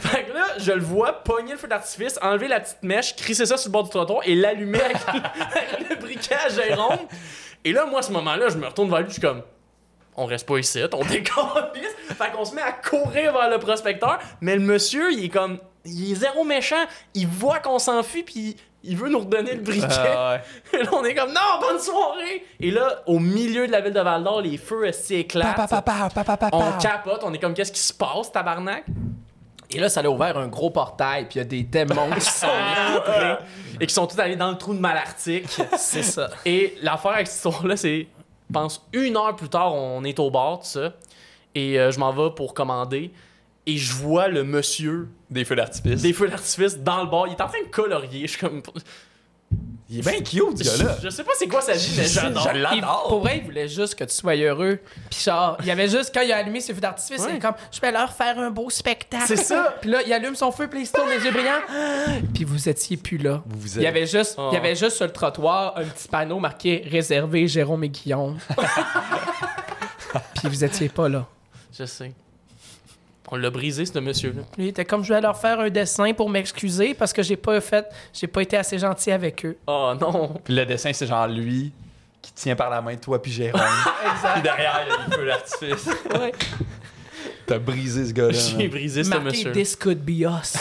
fait que là, je le vois pogner le feu d'artifice, enlever la petite mèche, crisser ça sur le bord du trottoir et l'allumer avec, avec le briquet à Jérôme. Et là, moi, à ce moment-là, je me retourne vers lui, je suis comme. On reste pas ici, on décompisse. Fait qu'on se met à courir vers le prospecteur, mais le monsieur, il est comme. Il est zéro méchant, il voit qu'on s'enfuit, puis il veut nous redonner le briquet.
Ah ouais.
Et là, on est comme non, bonne soirée! Et là, au milieu de la ville de Val d'Or, les feux esti, éclatent. on capote, on est comme qu'est-ce qui se passe, tabarnak?
Et là, ça a ouvert un gros portail, puis il y a des démons qui sont rentrés.
Et qui sont tous allés dans le trou de Malartic.
C'est ça.
Et l'affaire avec cette histoire-là, c'est, je pense, une heure plus tard, on est au bar, tout ça. Et euh, je m'en vais pour commander. Et je vois le monsieur
Des feux d'artifice.
des feux d'artifice dans le bar. Il est en train de colorier. Je suis comme.
Il est bien cute, ce gars-là.
Je, je sais pas c'est quoi sa vie, mais j'adore.
Je
Il-
l'adore.
pour vrai, il voulait juste que tu sois heureux. Puis genre, il y avait juste, quand il a allumé ses feux d'artifice,
Ouais.
il est comme, je vais leur faire un beau spectacle.
C'est ça.
Puis là, il allume son feu, puis il se tourne les yeux brillants. Puis vous étiez plus là.
Vous vous
Il y
aimez.
avait juste,
Oh.
il y avait juste sur le trottoir un petit panneau marqué réservé Jérôme et Guillaume. puis vous étiez pas là.
Je sais. On l'a brisé, ce monsieur-là.
Lui, il était comme je vais leur faire un dessin pour m'excuser parce que j'ai pas fait, j'ai pas été assez gentil avec eux.
Oh non!
Puis le dessin, c'est genre lui qui tient par la main toi puis Jérôme. Puis derrière, il y a des feux d'artifice.
Ouais.
T'as brisé Ben, ce gars-là.
J'ai
man.
brisé ce
Marqué
monsieur.
This could be us.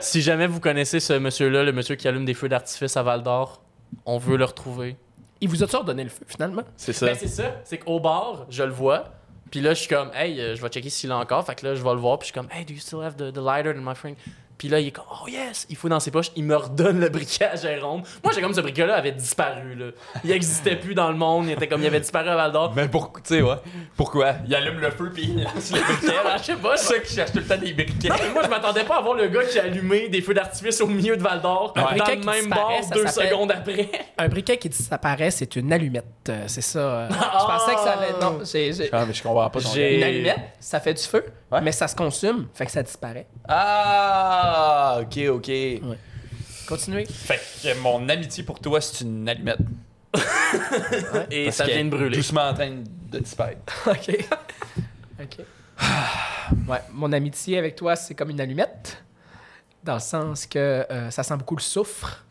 Si jamais vous connaissez ce monsieur-là, le monsieur qui allume des feux d'artifice à Val d'Or, on veut le retrouver.
il vous a toujours donné le feu finalement.
C'est ça.
Ben, c'est ça, c'est qu'au bar, je le vois. Puis là, je suis comme, hey, euh, je vais checker s'il est encore. Fait que là, je vais le voir. Puis je suis comme, hey, do you still have the, the lighter in my friend? Puis là, il est comme, oh yes, il fout dans ses poches. Il me redonne le briquet à Jérôme. Moi, j'ai comme ce briquet-là avait disparu. Là. Il existait plus dans le monde. Il était comme, il avait disparu à Val d'Or.
Mais pour, tu sais, ouais. Pourquoi? Il allume le feu puis il lance le briquet.
Je sais pas,
C'est ça qui cherche tout le temps des briquets.
Non, mais moi, je m'attendais pas à voir le gars qui a allumé des feux d'artifice au milieu de Val d'Or
Un
dans
briquet
le
qui
même bar
disparaît, ça
deux
s'appelle-
secondes après.
Un briquet qui disparaît, c'est une allumette. Euh, C'est ça. euh, Je pensais que ça allait. Non, j'ai. j'ai-
Ah, mais je comprends pas ton
J'ai-
gars.
Une allumette, ça fait du feu,
Ouais.
mais ça se consume, fait que ça disparaît.
Ah, ok, ok.
Continuez.
Fait que mon amitié pour toi, c'est une allumette.
Et
Parce
ça
qu'elle
vient de
est
brûler.
Doucement en train de disparaître.
Ah, OK. OK. Ouais, mon amitié avec toi, c'est comme une allumette. Dans le sens que euh, ça sent beaucoup le soufre.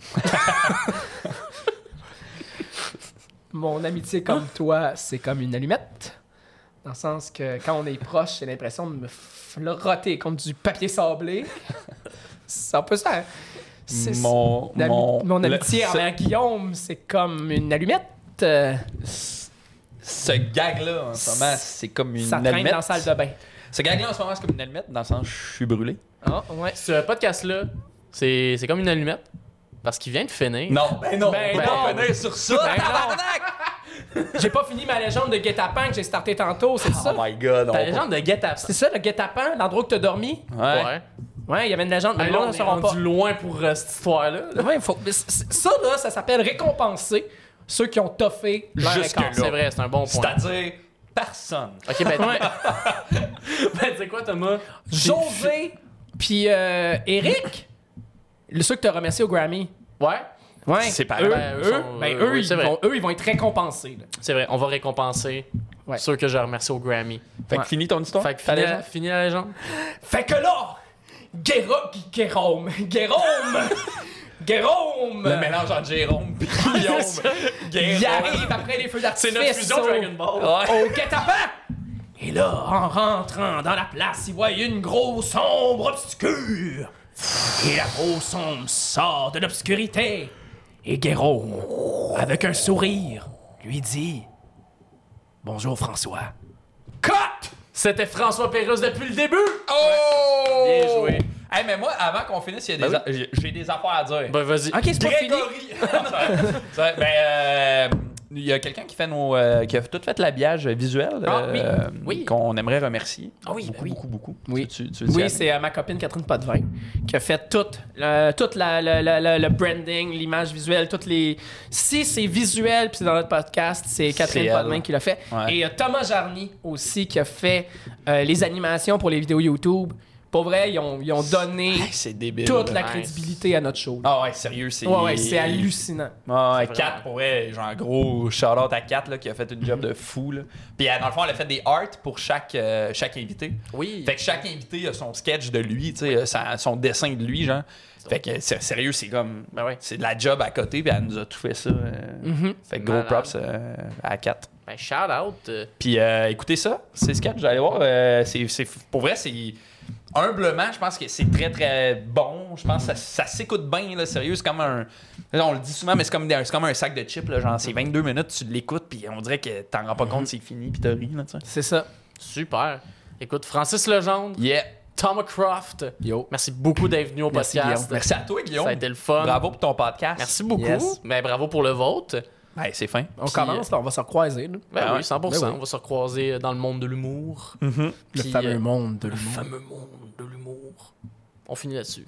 mon amitié comme toi, c'est comme une allumette. Dans le sens que quand on est proche, j'ai l'impression de me flotter contre du papier sablé. Ça peut se faire. C'est-
Mon,
L'ami-
mon,
mon
le-
amitié
ce-
envers Guillaume, c'est comme une allumette. euh,
ce gag-là en ce moment, c'est comme une
ça traîne
allumette.
dans la salle de bain.
Ce gag-là en ce moment, c'est comme une allumette dans le sens je suis brûlé.
Ah, ouais.
Ce podcast-là, c'est c'est comme une allumette. Parce qu'il vient de finir.
Non, ben non,
Ben
on va pas
non.
venir sur ça.
Ben non. J'ai pas fini ma légende de guet-apens que j'ai starté tantôt, c'est ça?
Ah,
Oh my god, on
Ta
va-
légende de guet
C'est ça le guet-apens, l'endroit où t'as dormi?
Ouais.
Ouais, il y avait une légende, mais
Hey, là,
là, on
on
ne
est
saura pas.
rendu loin pour euh, cette histoire-là. là.
Ouais, faut- mais c- c- Ça, là, ça s'appelle récompenser ceux qui ont toffé leur
Jusque
record.
là.
C'est vrai, c'est un bon point.
C'est-à-dire personne.
Ok, ben, ben tu sais quoi, Thomas?
José, puis euh, Eric, le- ceux que t'as remercié au Grammy.
Ouais,
Ouais.
C'est pas
eux,
grave.
eux,
Ils sont-
ben,
euh,
eux,
oui,
ils
c'est vrai.
vont, eux, ils vont être récompensés. là.
c'est vrai, on va récompenser
Ouais.
ceux que j'ai remerciés au Grammy.
Fait que
Ouais.
finis ton histoire.
Fait que
Ta
fini la,
légende.
fini la légende.
Fait que là, Guéro- Gu- Guérôme, Guérôme, Guérôme,
Euh,
Le mélange entre Jérôme
Ah,
et Guillaume.
il
Guérôme.
arrive après les feux d'artifice.
notre fusion
au-
Dragon Ball.
Ouais.
Au guet-apens. Et là, en rentrant dans la place, il voit une grosse ombre obscure. Et la grosse ombre sort de l'obscurité. Et Guérôme, avec un sourire, lui dit Bonjour François. Cote
C'était François Pérusse depuis le début!
Oh!
Bien joué.
Hey, mais moi, avant qu'on finisse, il y
Ben
a des a- j'ai- j'ai des affaires à dire.
Ben vas-y.
Ok, c'est pas fini.
Grégory! Non, ça va. Ça va. ben, euh, il y a quelqu'un qui, fait nos, euh, qui a tout fait l'habillage visuel
Ah, oui.
euh,
Oui.
qu'on aimerait remercier.
Ah oui, ben
beaucoup,
oui.
beaucoup, beaucoup.
Oui.
Tu, tu veux dire?
Oui, c'est euh, ma copine Catherine Potvin qui a fait tout, le, tout la- le- le- le- le branding, l'image visuelle, toutes les. Si c'est visuel, puis c'est dans notre podcast, c'est Catherine
C'est elle.
Potvin qui l'a fait.
Ouais.
Et euh, Thomas Jarny aussi qui a fait euh, les animations pour les vidéos YouTube. Pour vrai, ils ont, ils ont donné
Ah, C'est débile.
toute la
nice.
crédibilité à notre show. là.
Ah ouais, sérieux, c'est.
ouais, ouais, c'est hallucinant.
Ah, ouais,
C'est
Kat,
vraiment-
pour vrai, genre gros shout-out à Kat là, qui a fait une job de fou. Là. Puis euh, dans le fond, elle a fait des arts pour chaque, euh, chaque invité.
Oui.
Fait que chaque invité a son sketch de lui, tu sais, euh, sa- son dessin de lui, genre. Fait que c'est- sérieux, c'est comme.
Ben ouais.
C'est de la job à côté, puis elle nous a tout fait ça. euh.
Mhm.
Fait que gros
Malade.
props euh, à Kat.
Ben, shout out. euh,
Puis euh, écoutez ça, c'est sketch, vous allez voir. euh, c'est, c'est- pour vrai, c'est. Humblement, je pense que c'est très très bon. Je pense que ça, ça s'écoute bien, là, sérieux. C'est comme un. On le dit souvent, mais c'est comme, des- c'est comme un sac de chips, là. Genre, c'est
Mhm.
22 minutes, tu l'écoutes, puis on dirait que t'en rends pas compte, c'est fini, puis t'as ri, là, tu sais.
C'est ça.
Super. Écoute, Francis Legendre,
Yeah.
Thomas Croft.
Yo.
Merci beaucoup d'être venu au
Merci,
podcast.
Merci à toi, Guillaume.
Ça a été le fun.
Bravo pour ton podcast.
Merci beaucoup.
Yes.
Ben, bravo pour le vôtre.
Ben, c'est fin.
On commence, là, on va se recroiser. là.
Ben,
Ben ouais.
oui, 100%.
Ben oui.
On va se recroiser dans le monde de l'humour.
Le
Puis,
fameux
euh,
monde de
Le
l'humour.
fameux monde de l'humour. On finit là-dessus.